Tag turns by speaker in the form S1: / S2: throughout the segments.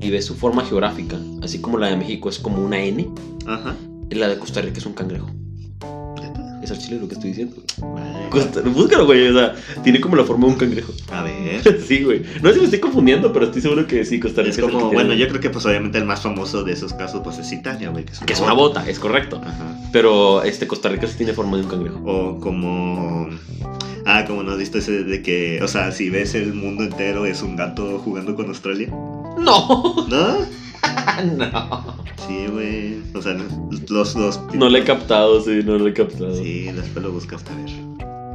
S1: Y ves su forma geográfica, así como la de México es como una N,
S2: Ajá.
S1: y la de Costa Rica es un cangrejo. Es al chile lo que estoy diciendo.
S2: Vale.
S1: Costa- búscalo, güey. O sea, tiene como la forma de un cangrejo.
S2: A ver.
S1: Sí, güey. No sé si me estoy confundiendo, pero estoy seguro que sí, Costa Rica
S2: Es como,
S1: el que tiene-
S2: bueno, yo creo que pues obviamente el más famoso de esos casos pues es Italia, güey.
S1: Que es una bota, es correcto.
S2: Ajá.
S1: Pero este Costa Rica sí tiene forma de un cangrejo.
S2: O como... Ah, como nos diste ese de que, o sea, si ves el mundo entero es un gato jugando con Australia.
S1: No,
S2: ¿No?
S1: no.
S2: Sí, güey. O sea, los... los
S1: No le he captado, sí, no le he captado.
S2: Sí, después lo buscas, a ver.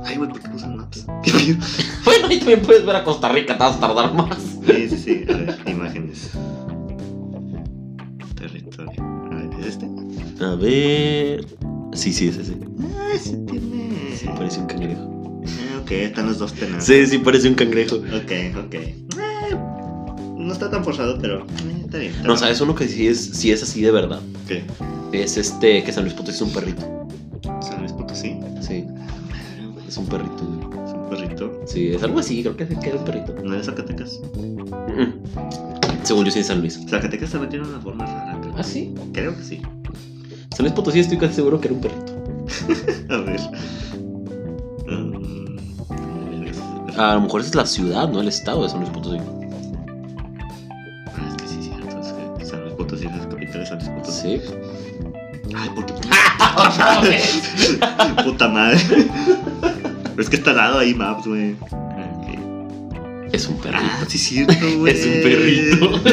S2: Ay, güey, ¿por qué usan maps? ¿Qué pedo?
S1: Bueno, y también puedes ver a Costa Rica, te vas a tardar más.
S2: Sí, sí, sí. A ver, imágenes. Territorio. A ver, ¿es este?
S1: A ver. Sí, sí, es ese.
S2: Ah, sí tiene.
S1: Sí, parece un cangrejo.
S2: Ah, ok, están los dos tenazas.
S1: Sí, sí, parece un cangrejo.
S2: Ok, ok. Eh, no está tan forzado, pero eh, está bien. está
S1: No,
S2: bien.
S1: ¿sabes uno que sí es, sí es así de verdad?
S2: ¿Qué?
S1: Es este, que San Luis Potosí es un perrito.
S2: ¿San Luis Potosí?
S1: Sí, es un perrito. güey.
S2: Es un perrito.
S1: Sí, es algo así, creo que es, que es un perrito.
S2: ¿No es Zacatecas?
S1: Mm. Según yo, sí es San Luis.
S2: Zacatecas también tiene una forma rara, creo.
S1: ¿Ah, sí?
S2: Creo que sí.
S1: San Luis Potosí estoy casi seguro que era un perrito.
S2: A ver. Mm,
S1: A lo mejor esa es la ciudad, no el estado de San Luis Potosí.
S2: Ah, es que sí, cierto. Es que San Luis Potosí es la capital de San Luis
S1: Sí.
S2: Potosí. Ay, porque. Puta madre. es que está dado ahí maps, güey. Ok.
S1: Es un perrito.
S2: Ah, sí, es cierto, güey.
S1: Es un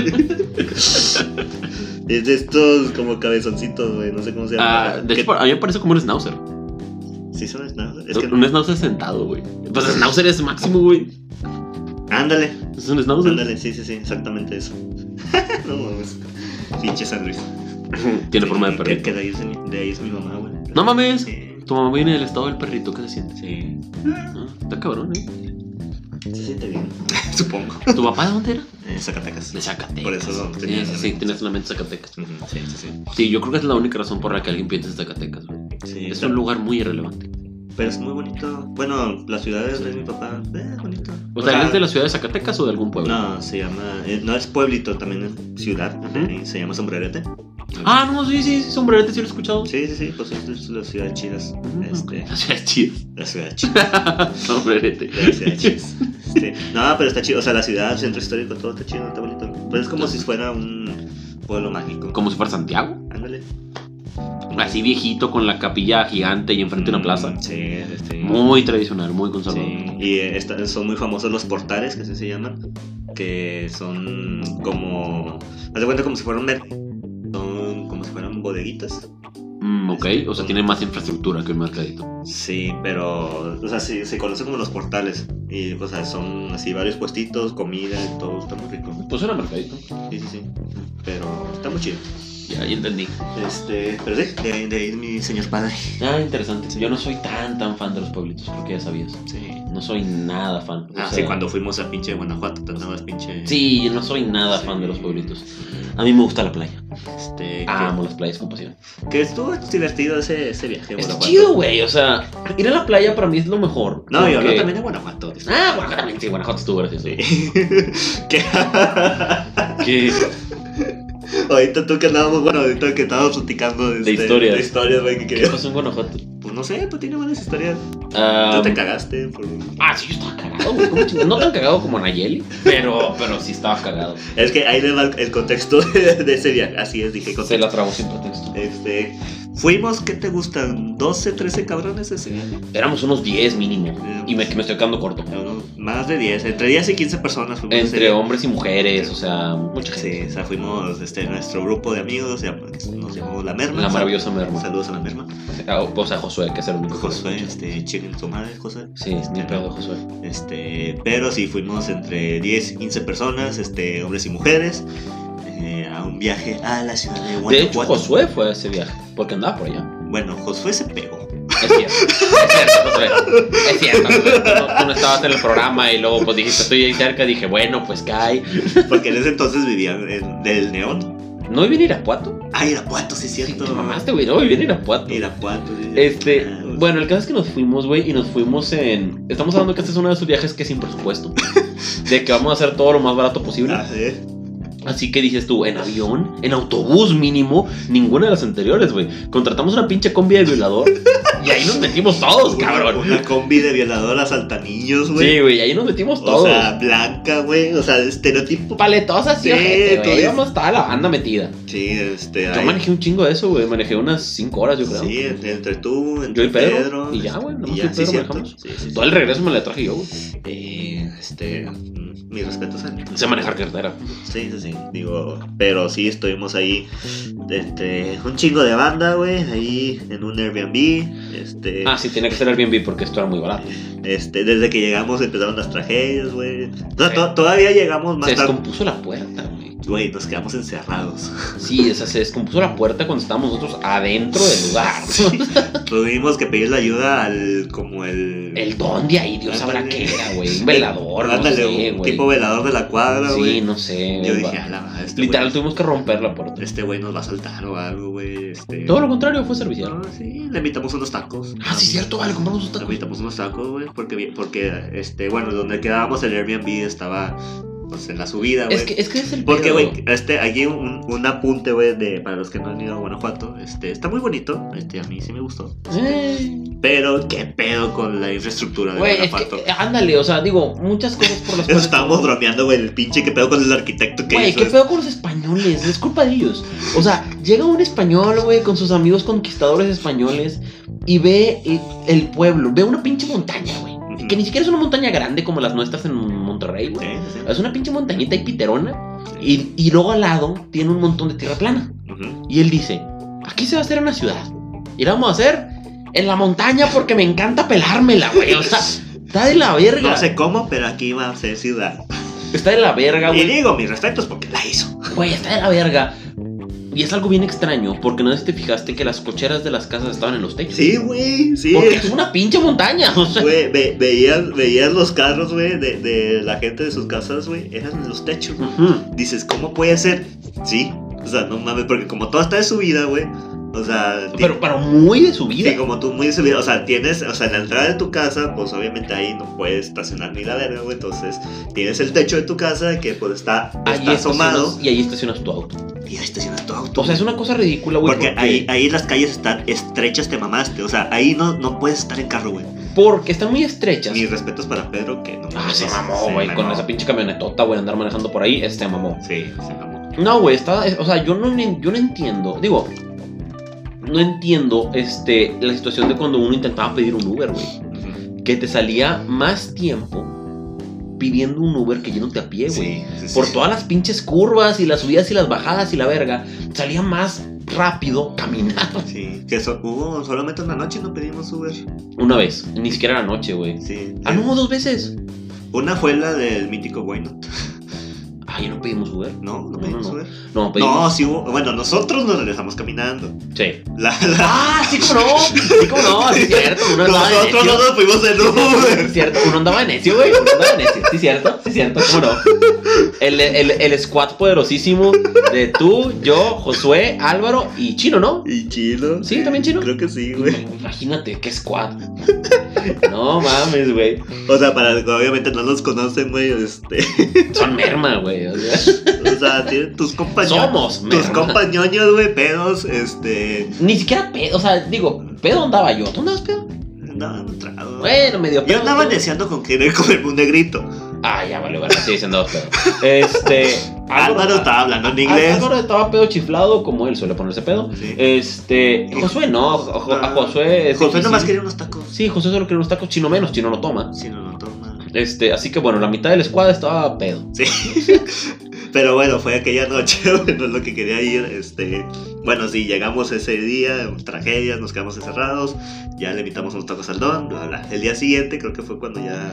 S1: perrito.
S2: es de estos como cabezoncitos, güey. No sé cómo se llama.
S1: Ah, de hecho,
S2: ¿Qué-
S1: a mí me parece como un schnauzer.
S2: Sí, son schnauzers. Es que.
S1: Un schnauzer sentado, güey. Pues schnauzer es máximo, güey.
S2: Ándale,
S1: Es un schnauzer.
S2: ándale, sí, sí, sí, exactamente eso. no mames. Pinche San Luis.
S1: Tiene forma de
S2: Que-
S1: perrito.
S2: Que de ahí es, mi- de ahí es mi mamá, güey.
S1: No mames.
S2: Sí.
S1: Tu mamá viene del estado del perrito, ¿qué se siente?
S2: Sí.
S1: Ah, está cabrón, ¿eh?
S2: Se siente bien. Supongo.
S1: ¿Tu papá de dónde era?
S2: Eh, Zacatecas.
S1: De Zacatecas.
S2: Por eso lo
S1: Sí, sí,
S2: tenía en la
S1: sí,
S2: mente.
S1: tienes la mente Zacatecas.
S2: Ujú, Sí, sí, sí.
S1: Sí, yo creo que es la única razón por la que alguien piensa en Zacatecas, güey.
S2: sí
S1: Es
S2: pero-
S1: un lugar muy irrelevante.
S2: Pero es muy bonito. Bueno, las ciudades de mi papá. eh, Es bonito.
S1: O sea, ¿eres de
S2: los
S1: la ciudad de Zacatecas o de algún pueblo?
S2: No, se llama. eh, no es pueblito, también es ciudad.
S1: Ujú.
S2: eh, se llama Sombrerete.
S1: Ah, no, sí, sí, sí, sombrerete, sí lo he escuchado.
S2: Sí, sí, sí, pues es de las ciudades chidas.
S1: Ujú,
S2: Este,
S1: O sea, es chido.
S2: las ciudades chidas.
S1: sombrerete.
S2: Las ciudades chidas. Este, no, pero está chido. O sea, la ciudad, el centro histórico, todo está chido, está bonito. Pues es como si fuera un pueblo mágico.
S1: Como si fuera Santiago.
S2: Ándale.
S1: Así viejito, con la capilla gigante y enfrente de una
S2: Mm,
S1: plaza.
S2: Sí, este.
S1: Muy tradicional, muy conservador.
S2: Sí, y eh, esta- son muy famosos los portales, que así se llaman, que son como... Haz de cuenta como si fueran... mer- Son como si fueran bodeguitas.
S1: Mm, ok, o sea, tiene más infraestructura que un mercadito.
S2: Sí, pero... O sea, sí, se conocen como los portales. Y, o sea, son así varios puestitos, comida y todo. Está muy rico.
S1: Pues era mercadito.
S2: Sí, sí, sí. Pero está muy chido.
S1: Ya, ya entendí.
S2: Este... Pero sí, de, ahí- de ahí es mi señor padre.
S1: Ah, interesante. Yo no soy tan, tan fan de los pueblitos, creo que ya sabías.
S2: Sí.
S1: No soy nada fan. o
S2: Ah, sí,
S1: sea,
S2: cuando fuimos a pinche Guanajuato, tantas pinche...
S1: Sí, no soy nada fan de los pueblitos. Ah, A mí me gusta la playa.
S2: Este...
S1: Amo las playas con pasión.
S2: que, que estuvo divertido ese, ese viaje. a
S1: Es
S2: Guanajuato.
S1: chido, güey. O sea, ir a la playa para mí es lo mejor.
S2: No, yo hablo
S1: porque-
S2: también de Guanajuato.
S1: Ah, Guanajuato también. Sí, Guanajuato estuvo gracioso.
S2: que
S1: Que-
S2: ahorita tú que andábamos, bueno, ahorita que estábamos platicando de,
S1: De
S2: este-
S1: historias.
S2: de historias, güey, que
S1: ¿Qué
S2: queríamos.
S1: pasó en Guanajuato?
S2: Pues no sé, pues tiene buenas historias.
S1: Ah,
S2: tú te cagaste por un-
S1: ah, sí, yo estaba cagado, güey. ¿cómo chingas? No tan cagado como Nayeli, pero, pero sí estaba cagado.
S2: Es que ahí le va el contexto de, de ese viaje. Así es, dije
S1: Se la
S2: contexto.
S1: trabó sin pretexto.
S2: Este, fuimos, ¿qué te gustan? 12, 13 cabrones ese viaje.
S1: Éramos unos 10 mínimo. Y me, que me estoy quedando corto.
S2: pues No, no, Más de 10, entre 10 y 15 personas fuimos ese
S1: Entre
S2: viaje.
S1: hombres y mujeres, o sea, mucha gente.
S2: Sí, o sea, fuimos este, nuestro grupo de amigos, ya, pues, nos llamamos La Merma.
S1: La maravillosa merma.
S2: Saludos a La Merma.
S1: Ah, O sea, Josué, que es el único que
S2: Josué,
S1: escucha.
S2: este, chequen su madre, Josué.
S1: Sí, ni pedo, Josué.
S2: Este, pero sí fuimos entre 10 y 15 personas, este, hombres y mujeres, eh, a un viaje a la ciudad de Guanajuato.
S1: De hecho, Josué fue a ese viaje, porque andaba por allá.
S2: Bueno, Josué se pegó.
S1: Es cierto, es cierto, Josué. Es cierto, Josué. Tú no, tú no estabas en el programa y luego pues dijiste, estoy ahí cerca, dije, bueno, pues cae.
S2: Porque en ese entonces vivía en- del Neón.
S1: ¿No viví en Irapuato?
S2: Ah, Irapuato, sí es cierto.
S1: Te mamaste, güey, no viví en Irapuato.
S2: Irapuato. sí,
S1: Este,
S2: ah,
S1: bueno, el caso es que nos fuimos, güey, y nos fuimos en... Estamos hablando que este es uno de esos viajes que es sin presupuesto. de que vamos a hacer todo lo más barato posible.
S2: Ah, ¿eh?
S1: Así que dices tú, en avión, en autobús mínimo, ninguna de las anteriores, güey. Contratamos una pinche combi de violador y ahí nos metimos todos,
S2: Una-
S1: cabrón.
S2: Una combi de violador a saltaniños, güey.
S1: Sí, güey, ahí nos metimos todos.
S2: o sea, blanca, güey. O sea, estereotipo.
S1: paletosas,
S2: Sí,
S1: sí, ojete, güey.
S2: todo
S1: Ahí
S2: es-
S1: vamos toda la banda metida.
S2: Sí, este.
S1: Yo
S2: ahí-
S1: manejé un chingo de eso, güey. Manejé unas 5 horas, yo creo.
S2: Sí, entre, entre tú, entre
S1: Yo y Pedro, y
S2: este,
S1: ya, güey, nomás
S2: y
S1: yo y Pedro
S2: cierto.
S1: manejamos.
S2: Sí, sí, sí.
S1: Todo el regreso me la traje yo, güey.
S2: Eh, este, mm, mis respetos a él.
S1: No sé manejar carretera.
S2: Sí, sí, sí. Digo, pero sí, estuvimos ahí, este, un chingo de banda, güey, ahí en un Airbnb, este,
S1: Ah, sí, tenía que ser Airbnb porque esto era muy barato.
S2: este, desde que llegamos empezaron las tragedias, güey. No,
S1: Sí.
S2: to- todavía llegamos
S1: Se
S2: más tarde.
S1: descompuso la puerta, güey.
S2: Güey, nos quedamos encerrados.
S1: Sí, o sea, se descompuso la puerta cuando estábamos nosotros adentro del lugar.
S2: Sí. Tuvimos que pedirle ayuda al, como el...
S1: El don de ahí, Dios sabrá
S2: Ándale.
S1: qué era, güey. Un velador, no
S2: Ándale,
S1: sé,
S2: un
S1: güey.
S2: tipo velador de la cuadra, güey.
S1: Sí, no sé.
S2: Yo
S1: va.
S2: dije, a la madre, este
S1: Literal,
S2: güey-
S1: tuvimos que romper la puerta.
S2: este güey nos va a saltar o algo, güey. Este...
S1: Todo lo contrario, fue servicial.
S2: No, Ah, sí, le invitamos unos tacos.
S1: Ah, sí, cierto, vale, compramos un
S2: Le
S1: taco.
S2: invitamos unos tacos, güey, porque, vi- porque, este, bueno, donde quedábamos el Airbnb estaba, pues, en la subida, güey.
S1: Es que, es que es el
S2: Porque,
S1: pedo.
S2: güey, este, aquí un, un apunte, güey, de, para los que no han ido a Guanajuato, este, está muy bonito, este, a mí sí me gustó,
S1: Eh.
S2: pero qué pedo con la infraestructura de
S1: Güey, es
S2: Guanajuato.
S1: que, eh, ah, ándale, o sea, digo, muchas cosas por las cuales...
S2: Estamos bromeando, güey, el pinche qué pedo con el arquitecto que
S1: Güey,
S2: hizo
S1: qué
S2: esto.
S1: pedo con los españoles, es culpa de ellos. O sea, llega un español, güey, con sus amigos conquistadores españoles y ve el, el pueblo, ve una pinche montaña, güey.
S2: Ujú.
S1: Que ni siquiera es una montaña grande como las nuestras en Monterrey, güey.
S2: Mm. Sí, sí.
S1: Es una pinche montañita y piterona. Y, y luego al lado tiene un montón de tierra plana.
S2: Ujú.
S1: Y él dice, aquí se va a hacer una ciudad. Y la vamos a hacer en la montaña porque me encanta pelármela, Ah, güey. O sea, está de la verga.
S2: No sé cómo, pero aquí va a ser ciudad.
S1: Está de la verga,
S2: Y
S1: Ah, güey.
S2: digo, mis respetos porque la hizo.
S1: Güey, está de la verga. Y es algo bien extraño, porque no sé si te fijaste que las cocheras de las casas estaban en los techos.
S2: Sí, güey, sí.
S1: Porque es una pinche montaña. O sea,
S2: Güey, ve- veías, veías los carros, güey, de, de la gente de sus casas, güey, eran en los techos, güey.
S1: ujú.
S2: Dices, ¿cómo puede ser? Sí, o sea, no mames, porque como todo está de subida, güey, o sea... ti-
S1: pero, pero muy de
S2: sí,
S1: subida.
S2: como tú muy de subida, o sea, tienes, o sea, en la entrada de tu casa, pues obviamente ahí no puedes estacionar ni la verga, güey, entonces tienes el techo de tu casa que pues está,
S1: Ahí
S2: está asomado
S1: estacionas- y ahí estacionas tu auto.
S2: y ahí estacionas tu auto.
S1: O sea, es una cosa ridícula, güey.
S2: porque ahí, ahí las calles están estrechas, te mamaste, o sea, ahí no, no puedes estar en carro, güey.
S1: porque están muy estrechas.
S2: Mis respetos para Pedro, que no
S1: Ah,
S2: mames,
S1: se mamó, güey. Con
S2: mamó.
S1: esa pinche camionetota, güey, andar manejando por ahí, este mamó.
S2: Sí, se mamó.
S1: No, güey, está. es- O sea, yo no, en- yo no entiendo. Digo, no entiendo este, la situación de cuando uno intentaba pedir un Uber, güey. Que te salía más tiempo pidiendo un Uber que yéndote a pie, güey.
S2: Sí, sí, sí.
S1: Por todas las pinches curvas y las subidas y las bajadas y la verga. Salía más rápido caminar.
S2: Sí, que so- hubo solamente una noche no pedimos Uber.
S1: Una vez, ni siquiera la noche, güey.
S2: Sí.
S1: Ah, no, dos veces.
S2: Una fue la del mítico Waynot.
S1: Ah, ya no pedimos Uber.
S2: No,
S1: No,
S2: no pedimos
S1: no, no.
S2: Uber.
S1: No, pedimos.
S2: No, sí hubo. Bueno, nosotros nos regresamos caminando.
S1: Sí.
S2: La, la-
S1: Ah, sí, como no. Sí, como no. Sí, es cierto. Uno andaba de necio.
S2: nosotros no nos fuimos en
S1: Sí,
S2: Uber.
S1: cierto, uno andaba necio, güey. Uno andaba necio. Sí, cierto, sí, cierto, cómo no. El, el, el squad poderosísimo de tú, yo, Josué, Álvaro y Chino, ¿no?
S2: ¿Y chino?
S1: Sí, también chino.
S2: Creo que sí, güey.
S1: Imagínate, qué squad. No mames, güey.
S2: O sea, para obviamente no los conocen, güey. Este,
S1: Son merma, güey. o sea,
S2: o sea, tienen tus compañeros.
S1: somos
S2: Tus
S1: merma.
S2: compañeros, güey, pedos, este.
S1: Ni siquiera pedo, o sea, digo, pedo andaba yo. ¿Tú andabas pedo?
S2: Andaban entrados.
S1: Bueno, medio pedo.
S2: Yo andaba deseando con querer comerme un negrito.
S1: Ah, ya vale, vale, estoy diciendo pedo. Este.
S2: Álvaro estaba hablando en inglés.
S1: Álvaro estaba pedo chiflado, como él suele ponerse pedo.
S2: Sí.
S1: Este, Josué no, jo- jo- a Josué. es
S2: Ah, Josué
S1: difícil.
S2: nomás quería unos tacos.
S1: Sí, Josué solo quiere unos tacos chino menos, chino no toma.
S2: Si no, no toma.
S1: Este, así que bueno, la mitad del squad estaba pedo.
S2: Sí. Pero bueno, fue aquella noche, bueno, es lo que quería ir. Este, bueno, sí, llegamos ese día, tragedias, nos quedamos encerrados. Ya le invitamos unos tacos al don, bla, bla. El día siguiente creo que fue cuando ya.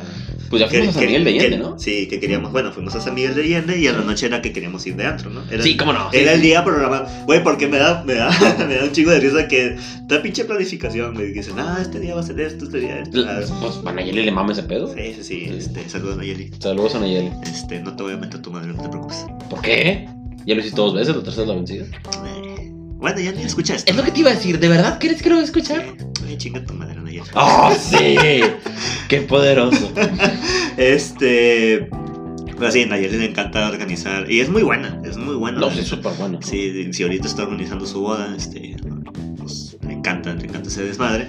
S1: Pues ya fuimos a San Miguel de Allende,
S2: que-
S1: ¿no?
S2: Sí, que queríamos. Bueno, fuimos a San Miguel de Allende y a la noche era que queríamos ir de antro, ¿no? Era-
S1: Sí, cómo no. sí,
S2: Era el
S1: sí.
S2: día programado. Güey, porque me da, me da, me da un chingo de risa que esta pinche planificación, güey. que Dicen, ah, este día va a ser esto, este día esto.
S1: La- Pues a Nayeli le mama ese pedo.
S2: Sí, sí, sí. Este, saludos, Nayeli.
S1: Saludos a Nayeli.
S2: Este, no te voy a meter a tu madre, no te preocupes.
S1: ¿Por qué? Ya lo hiciste dos veces, la tercera es la vencida.
S2: Eh, Bueno, ya ni escucha esto.
S1: Es lo que te iba a decir, ¿de verdad crees que lo voy a escuchar?
S2: Eh, chinga tu madre, Nayeli.
S1: ¡Oh, sí! ¡Qué poderoso!
S2: Este. Pero sí, Nayeli le encanta organizar. Y es muy buena, es muy buena.
S1: No,
S2: la
S1: sí,
S2: neta.
S1: es súper bueno.
S2: Sí, si ahorita está organizando su boda, este, pues, le encanta, le encanta ese desmadre.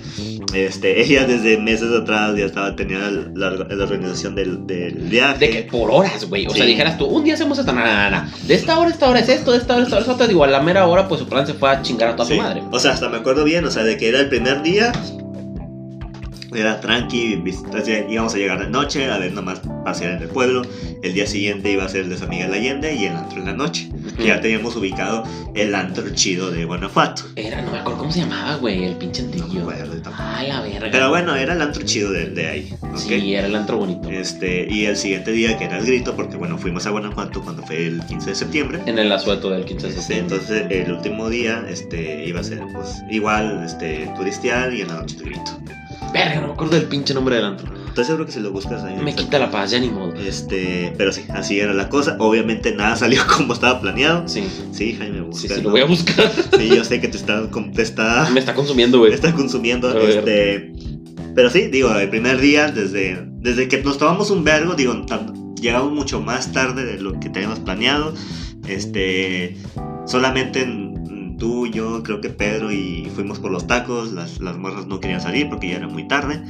S2: Este, ella desde meses atrás ya estaba, tenía la, la organización del, del viaje.
S1: De que por horas, güey. O sea,
S2: Sí.
S1: dijeras tú, un día hacemos esto, na, na, na, na. De esta hora a esta hora es esto, de esta hora a esta hora es otra. Digo, a la mera hora, pues su plan se fue a chingar a toda
S2: Sí.
S1: su madre.
S2: O sea, hasta me acuerdo bien, o sea, de que era el primer día. Era tranqui, vis- o sea, íbamos a llegar de noche, a ver nomás pasear en el pueblo. El día siguiente iba a ser el de San Miguel Allende y el antro en la noche. Que ya teníamos ubicado el antro chido de Guanajuato.
S1: Era, no me acuerdo cómo se llamaba, güey, el pinche
S2: No me
S1: antillo.
S2: acuerdo tampoco.
S1: Ay, la verga.
S2: Pero bueno, era el antro chido de, de ahí. ¿ok?
S1: Sí, era el antro bonito.
S2: Este, y el siguiente día, que era el grito, porque bueno, fuimos a Guanajuato cuando fue el 15 de septiembre.
S1: En el asueto del 15 de
S2: Este,
S1: septiembre.
S2: entonces el último día este, iba a ser pues igual este, turistear y en la noche el grito.
S1: Verga, no me acuerdo del pinche nombre del antro.
S2: Entonces seguro que si lo buscas ahí.
S1: Me
S2: está.
S1: quita la paz, ya ni modo.
S2: Este, pero sí, así era la cosa. Obviamente nada salió como estaba planeado.
S1: Sí,
S2: Sí, Jaime,
S1: sí,
S2: busca.
S1: sí, lo voy a buscar.
S2: yo sé que te está, com- te está,
S1: Me está consumiendo,
S2: te
S1: güey.
S2: está consumiendo.
S1: Pues, A ver.
S2: Este, pero sí, digo, el primer día, desde, desde que nos tomamos un vergo, digo, tan- llegamos mucho más tarde de lo que teníamos planeado. Este, solamente mm, tú, yo, creo que Pedro y fuimos por los tacos. Las, las morras no querían salir porque ya era muy tarde.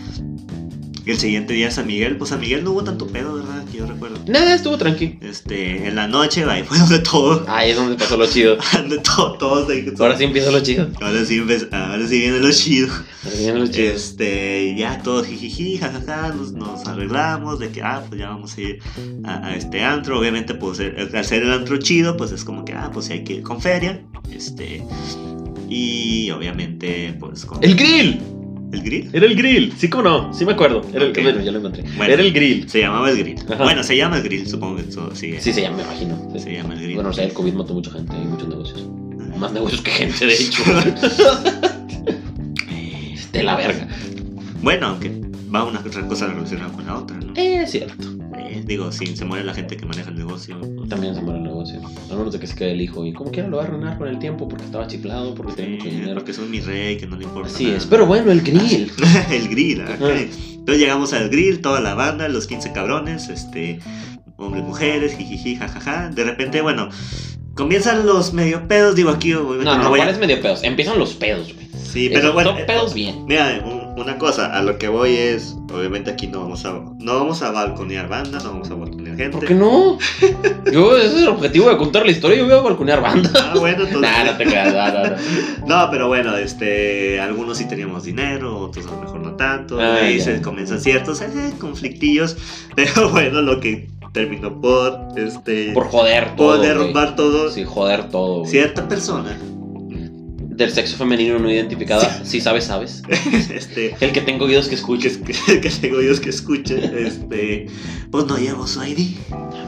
S2: El siguiente día San Miguel, pues San Miguel no hubo tanto pedo, ¿verdad? Que yo recuerdo.
S1: Nada, estuvo tranquilo.
S2: Este, en la noche, ahí fue donde todo,
S1: Ahí es donde pasó lo chido.
S2: donde todo, todo se-
S1: Ahora sí empieza lo chido.
S2: Ahora sí, empe- ahora sí viene lo chido.
S1: Ahora viene lo chido.
S2: Este, ya todos jijiji, jajaja, nos, nos arreglamos de que, ah, pues ya vamos a ir a, a este antro. Obviamente, pues el- al ser el antro chido, pues es como que, ah, pues sí hay que ir con feria. Este, y obviamente, pues con
S1: ¡El grill!
S2: el grill.
S1: Era el grill. Sí, cómo no. Sí me acuerdo. Era el,
S2: Ok.
S1: Bueno, ya lo encontré.
S2: Bueno.
S1: Era el grill.
S2: Se llamaba el grill.
S1: Ajá.
S2: Bueno, se llama el grill, supongo que eso sigue.
S1: Sí, se llama, me imagino.
S2: Se llama el grill.
S1: Bueno, o sea, el COVID mató mucha gente y muchos negocios. Más negocios que gente, de hecho. de la verga.
S2: Bueno, aunque va una otra cosa relacionada con la otra, ¿no?
S1: Es cierto.
S2: Eh, digo, si se muere la gente que maneja el negocio.
S1: También se muere el negocio. A menos de que se quede el hijo. Y como quiera lo va a arruinar con el tiempo porque estaba chiflado, porque tenía mucho
S2: Eh,
S1: dinero.
S2: porque soy mi rey, que no le importa.
S1: Así
S2: nada.
S1: es. Pero bueno, el grill.
S2: el grill, ah,
S1: Ajá.
S2: ok. Entonces llegamos al grill, toda la banda, los 15 cabrones, este, hombres, mujeres, jijiji, jajaja. De repente, bueno, comienzan los medio pedos, digo aquí, obviamente
S1: No, no,
S2: voy a-
S1: ¿cuáles medio pedos? Empiezan los pedos, güey.
S2: Sí, pero
S1: Esos
S2: bueno.
S1: Son
S2: eh,
S1: pedos bien.
S2: Mira, un- una cosa, a lo que voy es, obviamente aquí no vamos a no vamos a balconear banda, no vamos a balconear gente.
S1: ¿Por qué no? Yo, ese es el objetivo de contar la historia. Yo voy a balconear banda.
S2: Ah, bueno, entonces-
S1: Nah, no te creas. nah, nah, nah.
S2: No, pero bueno, este, algunos sí teníamos dinero, otros a lo mejor no tanto.
S1: Ah,
S2: ahí
S1: ya.
S2: se comienzan ciertos eh, conflictillos, pero bueno, lo que terminó por, este,
S1: Por joder todo.
S2: por
S1: güey.
S2: derrumbar todo.
S1: Sí, joder todo, güey.
S2: Cierta persona,
S1: Del sexo femenino no identificada. Si sabes, sabes.
S2: este,
S1: El que tengo oídos que
S2: que,
S1: escuches.
S2: es- que tengo Dios que escuche, este, pues no llevó su ID.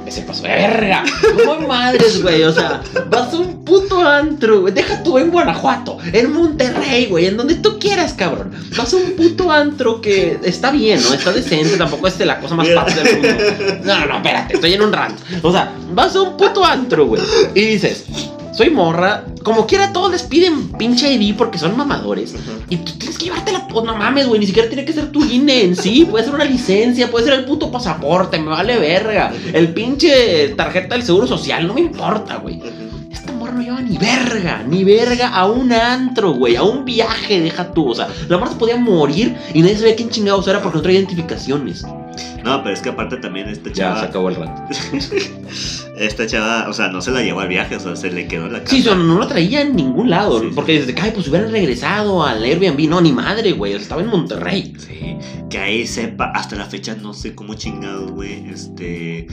S1: Me se pasó de verga. No madres, güey. O sea, vas a un puto antro, güey. Deja tú en Guanajuato, en Monterrey, güey. En donde tú quieras, cabrón. Vas a un puto antro que está bien, ¿no? Está decente. Tampoco es de la cosa más
S2: Mira.
S1: fácil del mundo. No, no, no, espérate. Estoy en un rant. O sea, vas a un puto antro, güey. Y dices, soy morra. Como quiera, todos les piden pinche ID porque son mamadores. Y tú tienes que llevártela, pues no mames, güey, ni siquiera tiene que ser tu INE en sí, puede ser una licencia, puede ser el puto pasaporte, me vale verga. El pinche tarjeta del seguro social, no me importa, güey. Esta morra no lleva ni verga, ni verga a un antro, güey, a un viaje, deja tú. O sea, la morra se podía morir y nadie sabía quién chingados era porque no traía identificaciones.
S2: No, pero es que aparte también esta chava,
S1: acabó el rato.
S2: esta chava, o sea, no se la llevó al viaje, o sea, se le quedó en la casa.
S1: Sí, o sea, no la traía en ningún lado,
S2: Sí, sí.
S1: porque desde que, ay, pues hubieran regresado al Airbnb, no, ni madre, güey, o sea, estaba en Monterrey.
S2: Sí, que ahí sepa, hasta la fecha no sé cómo chingados, güey. Este.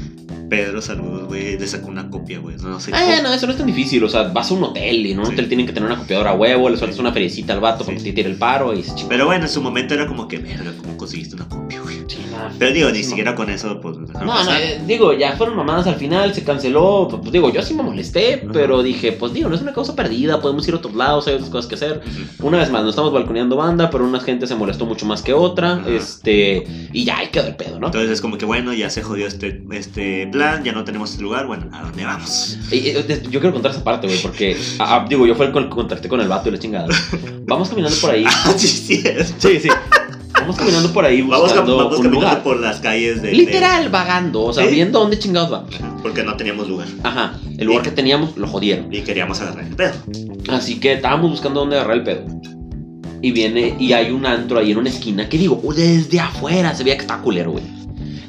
S2: Pedro Saludos, güey, le sacó una copia, güey. No, sé
S1: Ah,
S2: cómo.
S1: no, eso no es tan difícil. O sea, vas a un hotel y en un
S2: Sí.
S1: hotel tienen que tener una copiadora a huevo, le sueltas una feriecita al vato
S2: Sí.
S1: porque te tira el paro y se chinga.
S2: Pero bueno, en su momento era como que, verga, ¿cómo conseguiste una copia, güey?
S1: Sí, nada.
S2: Pero digo, ni
S1: Sí,
S2: siquiera con eso, pues. lo
S1: No,
S2: dejaron
S1: no, no,
S2: pasar.
S1: eh, digo, ya fueron mamadas al final, se canceló. Pues, pues, digo, yo sí me molesté,
S2: Ajá.
S1: pero dije, pues digo, no es una causa perdida, podemos ir a otros lados, hay otras cosas que hacer.
S2: Ujú.
S1: Una vez más, no estamos balconeando banda, pero una gente se molestó mucho más que otra.
S2: Ajá.
S1: Este, y ya, ahí quedó el pedo, ¿no?
S2: Entonces es como que, bueno, ya se jodió este, este plan, ya no tenemos este lugar, bueno, ¿a dónde vamos?
S1: Y- y- Yo quiero contar esa parte, güey, porque, ah, ah, digo, yo fue el que contacté con el vato y la chingada. Vamos caminando por ahí.
S2: Ah, sí, sí. es.
S1: Sí, sí. Vamos caminando por ahí
S2: Vamos, cam-
S1: buscando
S2: vamos
S1: un
S2: caminando
S1: lugar.
S2: por las calles de. de-
S1: Literal, vagando, o sea,
S2: Sí.
S1: viendo dónde chingados vamos.
S2: Ajá, porque no teníamos lugar
S1: Ajá, el lugar que teníamos lo jodieron.
S2: y queríamos agarrar el pedo.
S1: Así que estábamos buscando dónde agarrar el pedo. Y viene, y hay un antro ahí en una esquina que digo, "Oh, desde afuera se veía que está culero, güey.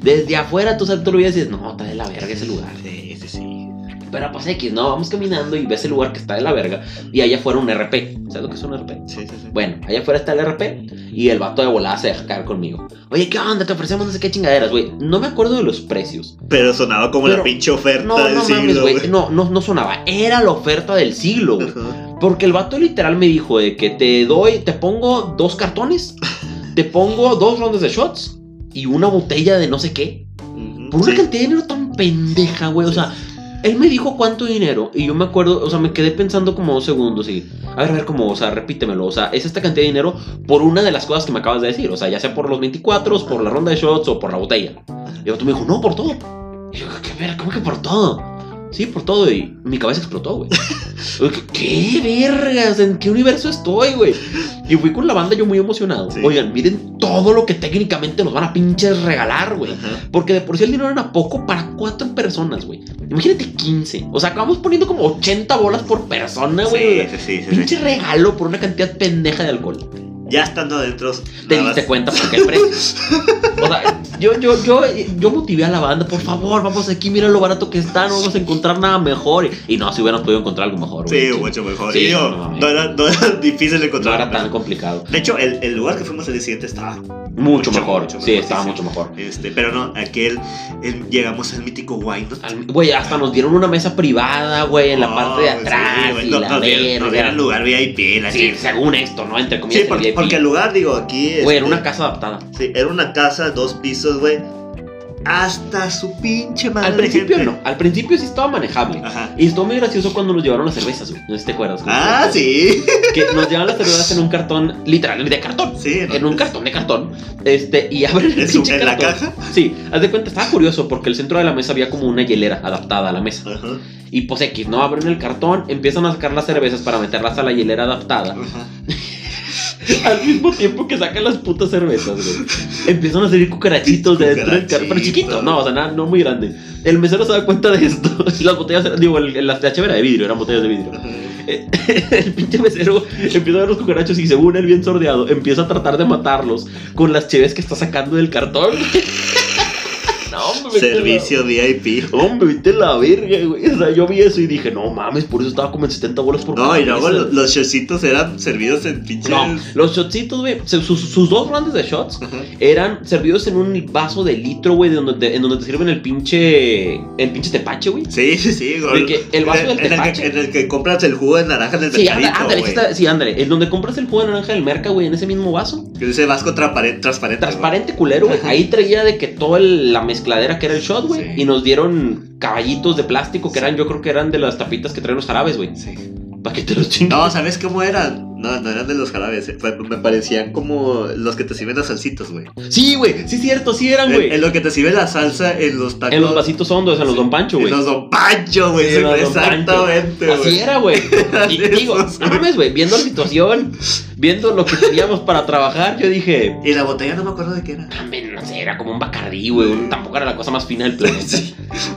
S1: Desde afuera tú, sal- tú lo veías y dices, no, está de la verga ese lugar.
S2: Sí, sí, sí.
S1: Pero pues X, no, vamos caminando y ves el lugar que está de la verga. Y allá afuera un RP. ¿Sabes lo que es un RP?
S2: Sí, sí, sí.
S1: Bueno, allá afuera está el RP y el vato de volada se deja caer conmigo. Oye, ¿qué onda? Te ofrecemos no sé qué chingaderas, güey. No me acuerdo de los precios.
S2: Pero sonaba como la
S1: Pero-
S2: pinche oferta
S1: No,
S2: del
S1: no mames,
S2: siglo,
S1: güey.
S2: güey.
S1: No, no, no sonaba. Era la oferta del siglo, güey.
S2: Ajá.
S1: Porque el vato literal me dijo de que te doy, te pongo dos cartones, te pongo dos rondas de shots y una botella de no sé qué.
S2: Ujú,
S1: Por una
S2: sí.
S1: cantidad de dinero tan pendeja, güey. O sea, él me dijo cuánto dinero y yo me acuerdo, o sea, me quedé pensando como dos segundos y, a ver, a ver, como, o sea, repítemelo. O sea, es esta cantidad de dinero por una de las cosas que me acabas de decir. O sea, ya sea por los 24, por la ronda de shots o por la botella. Y el vato me dijo, no, por todo. Y yo, ¿qué verga? ¿Cómo que por todo? Sí, por todo. Y mi cabeza explotó, güey. Yo, ¿Qué ¿qué vergas? ¿En qué universo estoy, güey? Y fui con la banda yo muy emocionado.
S2: Sí.
S1: Oigan, miren todo lo que técnicamente nos van a pinches regalar, güey.
S2: Ajá.
S1: Porque de por sí el dinero era poco para cuatro personas, güey. Imagínate 15. O sea, acabamos poniendo como 80 bolas por persona, güey.
S2: Sí, sí, sí, sí,
S1: Pinche
S2: sí.
S1: regalo por una cantidad pendeja de alcohol.
S2: Ya estando adentro.
S1: Te
S2: nada
S1: diste
S2: más-
S1: cuenta por qué precio. O sea, yo, yo, yo, yo motivé a la banda, por favor, vamos aquí, mira lo barato que está, no vamos a encontrar nada mejor. Y no, si hubieran podido encontrar algo mejor, güey.
S2: Sí, mucho mejor.
S1: Sí,
S2: Y digo,
S1: no mames.
S2: no, era, no era difícil
S1: No
S2: encontrar.
S1: era tan complicado.
S2: De hecho, el, el lugar que fuimos el día siguiente estaba.
S1: Mucho,
S2: Mucho,
S1: mejor.
S2: mucho
S1: Sí,
S2: mejor,
S1: estaba
S2: sí, sí.
S1: mucho mejor.
S2: Este, pero no, aquel. el- llegamos al mítico Wine.
S1: Al- Güey, hasta nos dieron una mesa privada, güey, en la
S2: Ah,
S1: parte de
S2: Oh,
S1: atrás. y la
S2: nos, dieron, nos
S1: verga.
S2: dieron lugar VIP, la
S1: Sí,
S2: chingada.
S1: según esto, ¿no? Entre comillas,
S2: Sí,
S1: el
S2: porque,
S1: VIP.
S2: porque el lugar, digo, aquí.
S1: Güey, era
S2: este,
S1: una casa adaptada.
S2: Sí, era una casa, dos pisos, güey. Hasta su pinche madre.
S1: Al
S2: de
S1: principio
S2: gente.
S1: no, al principio sí estaba manejable.
S2: Ajá.
S1: Y estuvo muy gracioso cuando nos llevaron las cervezas, güey. No sé si te acuerdas.
S2: Ah, sí.
S1: Que nos llevaron las cervezas en un cartón, literal, de cartón.
S2: Sí,
S1: En un cartón de cartón. Este, y abren el
S2: en, su-
S1: pinche
S2: en la
S1: cartón.
S2: caja.
S1: Sí, haz de cuenta, estaba curioso porque el centro de la mesa había como una hielera adaptada a la mesa.
S2: Ajá,
S1: Y pues X, ¿no? Abren el cartón, empiezan a sacar las cervezas para meterlas a la hielera adaptada.
S2: ajá.
S1: Al mismo tiempo que sacan las putas cervezas, güey. Empiezan a salir cucarachitos de dentro del carro, pero chiquitos, no, o sea, nada, no muy grande. El mesero se da cuenta de esto. Y las botellas, eran- digo, el- las de HB era de vidrio, eran botellas de vidrio. Eh, El pinche mesero empieza a ver los cucarachos y según él bien sordeado, empieza a tratar de matarlos con las cheves que está sacando del cartón. No, hombre, vete a la-
S2: Servicio VIP.
S1: Hombre, viste la verga, güey. O sea, yo vi eso y dije, no mames, por eso estaba como en 70 bolas por
S2: No, y luego
S1: cabeza.
S2: lo- los showcitos eran servidos en pinches.
S1: No, los shotsitos, güey, se- sus, sus dos grandes de shots
S2: Ajá.
S1: eran servidos en un vaso de litro, güey, de donde te- en donde te sirven el pinche. El pinche tepache, güey.
S2: Sí, sí, sí,
S1: De que el vaso del
S2: en, en el que,
S1: tepache.
S2: en el que compras el jugo de naranja en el
S1: Sí, ándale,
S2: mercadito,
S1: ándale,
S2: güey.
S1: está- sí, ándale. En donde compras el jugo de naranja del merca, güey, en ese mismo vaso.
S2: Que Ese vasco transparente. Transparente. güey.
S1: Transparente culero, güey.
S2: Ajá.
S1: Ahí traía de que toda el- la mezcladera que era el shot, güey.
S2: Sí.
S1: Y nos dieron caballitos de plástico que
S2: Sí.
S1: eran, yo creo que eran de las tapitas que traen los jarabes, güey.
S2: Sí.
S1: Para que te los chingas.
S2: No, ¿sabes cómo eran? No, no eran de los jarabes. eh. Fue- Me parecían como los que te sirven las salsitas, güey.
S1: Sí, güey, sí, cierto, sí eran, Ah, güey.
S2: En, en lo que te sirve la salsa en los tacos.
S1: En los vasitos hondos, en los
S2: Sí.
S1: Don Pancho,
S2: En
S1: güey.
S2: los Don Pancho, güey.
S1: Sí, en los Don
S2: Exactamente, güey.
S1: Así era, güey. Y
S2: Así
S1: digo,
S2: es,
S1: no mames, güey, viendo la situación, viendo lo que teníamos para trabajar, yo dije,
S2: Y la botella no me acuerdo de qué era.
S1: "Mames, no sé, era como un bacardí, güey, un- tampoco era la cosa más fina del planeta.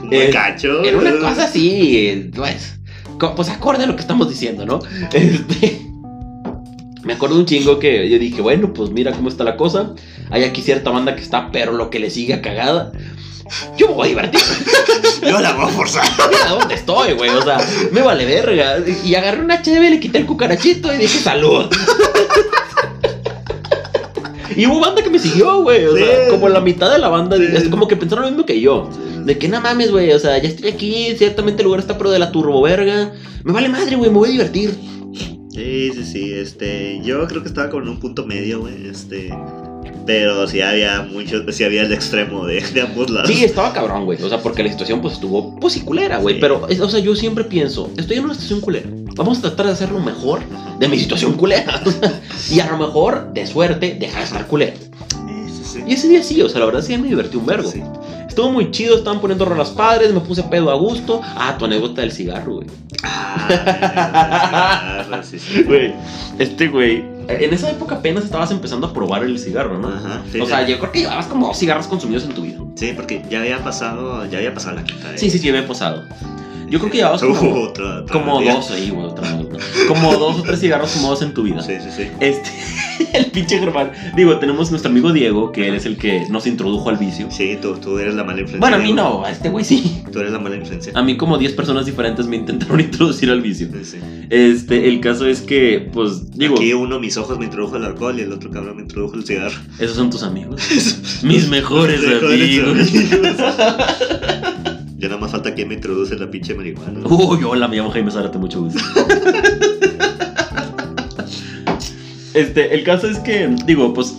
S2: Un
S1: Eh,
S2: cacho.
S1: Era una cosa así, pues, co- pues acorde a lo que estamos diciendo, ¿no? Este, me acuerdo un chingo que yo dije, bueno, pues mira cómo está la cosa. Hay aquí cierta banda que está, pero lo que le sigue a cagada. Yo me voy a divertir.
S2: Yo la voy a forzar.
S1: Mira dónde estoy, güey. O sea, me vale verga. Y agarré una cheve, le quité el cucarachito y dije salud. Y hubo banda que me siguió, güey. O sea,
S2: Sí.
S1: como la mitad de la banda,
S2: Sí.
S1: es como que pensaron lo mismo que yo. De que no mames, güey. O sea, ya estoy aquí, ciertamente el lugar está pero de la turbo verga. Me vale madre, güey, me voy a divertir.
S2: Sí, sí, sí. Este, yo creo que estaba como en un punto medio, güey. Este. Pero sí había mucho, sí había el extremo de, de ambos lados.
S1: Sí, estaba cabrón, güey. O sea, porque la situación pues estuvo pues y culera, güey.
S2: Sí.
S1: Pero, es- o sea, yo siempre pienso, estoy en una situación culera. Vamos a tratar de hacerlo mejor
S2: Ajá.
S1: de mi situación culera. y a lo mejor, de suerte, deja de estar culero.
S2: Sí, sí,
S1: Y
S2: sí.
S1: ese día sí, o sea, la verdad sí me divertí un vergo.
S2: Sí.
S1: Estuvo muy chido, estaban poniendo rolas padres, me puse pedo a gusto. Ah, tu anécdota del cigarro, güey.
S2: Ah, sí, sí.
S1: Güey, este güey En esa época apenas estabas empezando a probar el cigarro, ¿no?
S2: Ajá, sí,
S1: o sea,
S2: sí.
S1: yo creo que llevabas como dos cigarros consumidos en tu vida.
S2: Sí, porque ya había pasado, ya había pasado la quinta. ¿eh?
S1: Sí, sí, sí, me he posado. Yo creo que llevabas
S2: Hubo
S1: como,
S2: otra- otra
S1: como
S2: día.
S1: dos, ahí, güey, otra vez, ¿no? como dos o tres cigarros fumados en tu vida.
S2: Sí, sí, sí.
S1: Este, el pinche Germán. Digo, tenemos nuestro amigo Diego, que él es el que nos introdujo al vicio.
S2: Sí, tú, tú eres la mala influencia.
S1: Bueno, a mí
S2: Diego.
S1: no, a este güey sí.
S2: Tú eres la mala influencia.
S1: A mí como 10 personas diferentes me intentaron introducir al vicio.
S2: Sí, sí.
S1: Este, el caso es que, pues, digo,
S2: Aquí uno, mis ojos me introdujo el alcohol y el otro cabrón me introdujo el cigarro.
S1: esos son tus amigos. Mis mejores amigos.
S2: Ya nada más falta que me introduce la pinche marihuana.
S1: Uy, hola, me llamo Jaime Zárate, mucho gusto. Este, el caso es que, digo, pues,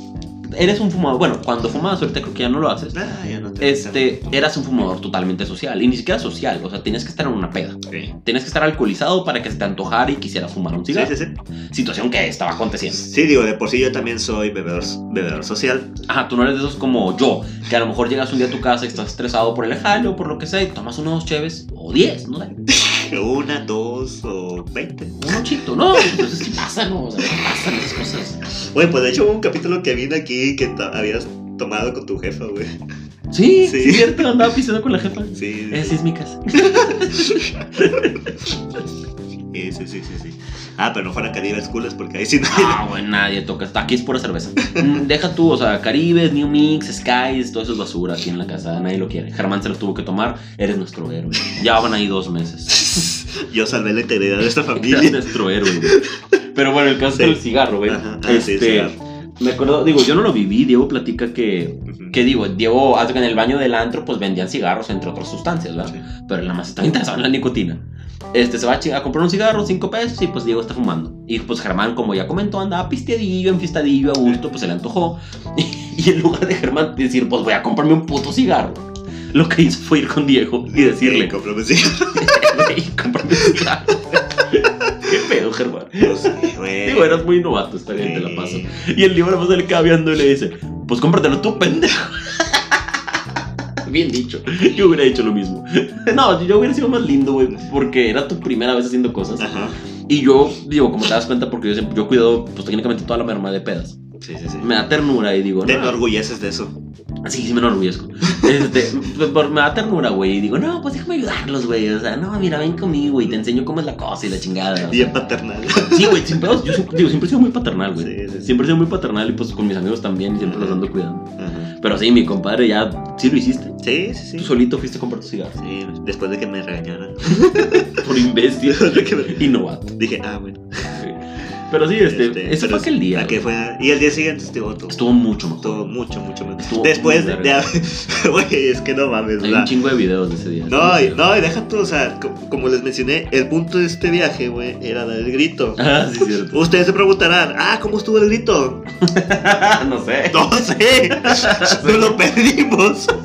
S1: eres un fumador. Bueno, cuando fumabas ahorita creo que ya no lo haces.
S2: Ah, ya no te
S1: Este, eras un fumador totalmente social. Y ni siquiera social, o sea, tenías que estar en una peda.
S2: Ok.
S1: Tenías que estar alcoholizado para que se te antojara y quisieras fumar un
S2: Sí,
S1: cigarro.
S2: sí, sí.
S1: Situación que estaba aconteciendo.
S2: Sí, digo, de por sí yo también soy bebedor, bebedor social.
S1: Ajá, tú no eres de esos como yo, que a lo mejor llegas un día a tu casa y estás estresado por el jale o por lo que sea, y tomas unos cheves o diez, ¿no?
S2: Una, dos o veinte.
S1: Un chito, ¿no? Entonces sí pasa, ¿no? O sea, ¿qué pasan esas cosas.
S2: Güey, pues de hecho hubo un capítulo que vine aquí que ta- habías tomado con tu jefa, güey.
S1: Sí,
S2: Sí.
S1: sí, es cierto, andaba pisando con la jefa.
S2: Sí,
S1: Esa Eh, sí es mi casa.
S2: sí, sí, sí, sí, sí. Ah, pero no fueran caribes culas porque ahí sí no.
S1: Ah, güey, nadie toca. hasta Aquí es pura cerveza. Mm, Deja tú, o sea, Caribes, New Mix, Skies, todo eso es basura aquí en la casa. Nadie lo quiere. Germán se los tuvo que tomar. Eres nuestro héroe. Ya van ahí dos meses.
S2: Yo salvé la integridad de esta
S1: Eres
S2: familia.
S1: nuestro héroe, güey. Pero bueno, el caso
S2: Sí.
S1: del cigarro, güey.
S2: Ajá, ah, sí,
S1: Este,
S2: cigarro.
S1: me acuerdo, digo, yo no lo viví. Diego platica que,
S2: Ujú.
S1: que digo, Diego, haz de que en el baño del antro, pues vendían cigarros, entre otras sustancias, ¿verdad?
S2: Sí.
S1: pero él nada más está interesado en la nicotina. Este se va a, chi- a comprar un cigarro, 5 pesos, y pues Diego está fumando. Y pues Germán, como ya comentó, andaba pisteadillo, enfiestadillo, a gusto, pues se le antojó. Y en lugar de Germán decir, pues voy a comprarme un puto cigarro, lo que hizo fue ir con Diego y decirle,
S2: Sí, compromiso.
S1: "Güey, cómprame un cigarro. ¿Qué pedo, Germán?
S2: No sé, güey.
S1: Digo, eras muy novato, está bien, te la paso.
S2: Eh, Sí.
S1: Y el libro más le queda viendo y le dice, pues cómpratelo tú, pendejo. Bien dicho. Yo hubiera hecho lo mismo. No, yo hubiera sido más lindo, güey, porque era tu primera vez haciendo cosas.
S2: Ajá.
S1: Y yo, digo, como te das cuenta, porque yo, siempre- yo cuido, pues técnicamente toda la merma de pedas.
S2: Sí, sí, sí.
S1: Me da ternura y digo,
S2: Te
S1: no.
S2: enorgulleces de eso.
S1: Sí, sí, me enorgullezco. Este, pues, por- me da ternura, güey. Y digo, no, pues déjame ayudarlos, güey. O sea, no, mira, ven conmigo y te enseño cómo es la cosa y la chingada. o sea.
S2: Bien paternal.
S1: Sí, güey, sin pedos, Yo siempre, digo, siempre he sido muy paternal, güey.
S2: Sí, sí, sí.
S1: Siempre he sido muy paternal y pues con mis amigos también y siempre los ando cuidando.
S2: Ajá.
S1: Pero sí, mi compadre, ya sí lo hiciste.
S2: Sí, sí,
S1: Tú
S2: sí.
S1: solito fuiste a comprar tu cigarro.
S2: Sí, después de que me regañaran.
S1: Por imbécil y novato.
S2: Dije, ah, bueno.
S1: Pero sí, este, ese fue
S2: pero
S1: aquel día.
S2: aquel
S1: güey.
S2: fue- Y el día siguiente estuvo todo.
S1: Estuvo mucho mejor.
S2: Estuvo mucho, mucho menos.
S1: Estuvo
S2: Después
S1: muy
S2: de. de- Güey, es que no mames,
S1: Hay un
S2: ¿verdad?
S1: chingo de videos de ese día.
S2: No, y- no, y deja tú, o sea, co- como les mencioné, el punto de este viaje, güey, era dar el grito.
S1: Ah, sí, cierto.
S2: Ustedes se preguntarán, ah, ¿cómo estuvo el grito?
S1: no sé.
S2: No sé, no lo perdimos.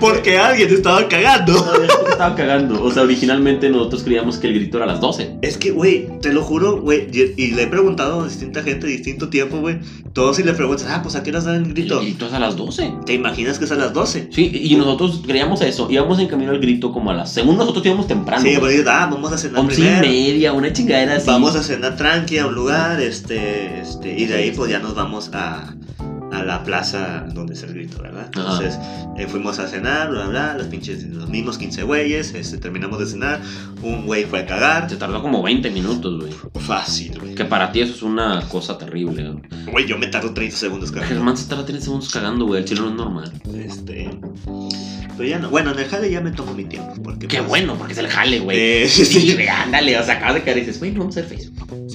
S2: Porque alguien estaba cagando.
S1: No, yo estaba cagando. O sea, originalmente nosotros creíamos que el grito era a las 12.
S2: Es que, güey, te lo juro, güey, y, y le he preguntado a distinta gente, distinto tiempo, güey. Todos si le preguntan, ah, pues a qué horas dan el grito.
S1: El grito es a las 12.
S2: ¿Te imaginas que es a las 12?
S1: Sí, y nosotros creíamos eso. Íbamos en camino al grito como a las. Según nosotros íbamos temprano.
S2: sí,
S1: güey.
S2: pero digo, ah, vamos a cenar
S1: Once y
S2: primero.
S1: media, una chingadera así.
S2: Vamos a cenar tranqui a un lugar, este, este, y de ahí pues ya nos vamos a, a la plaza donde es el grito, ¿verdad?
S1: Ajá.
S2: Entonces eh, fuimos a cenar, bla, bla, los pinches, los mismos 15 güeyes, este, terminamos de cenar, un güey fue a cagar,
S1: Te tardó como 20 minutos, güey.
S2: fácil, güey.
S1: Que para ti eso es una cosa terrible, güey.
S2: Güey, yo me tardo 30 segundos, cabrón.
S1: Germán se tarda 3 segundos cagando, güey. El chile no es normal.
S2: Este, pero ya no, bueno, en el jale ya me tomo mi tiempo, porque...
S1: Qué
S2: pues,
S1: bueno, porque es el jale, güey.
S2: eh, sí,
S1: Sí,
S2: sí,
S1: güey, ándale. O sea, acabas de caer y dices, güey, no vamos a ver Facebook.
S2: Vamos,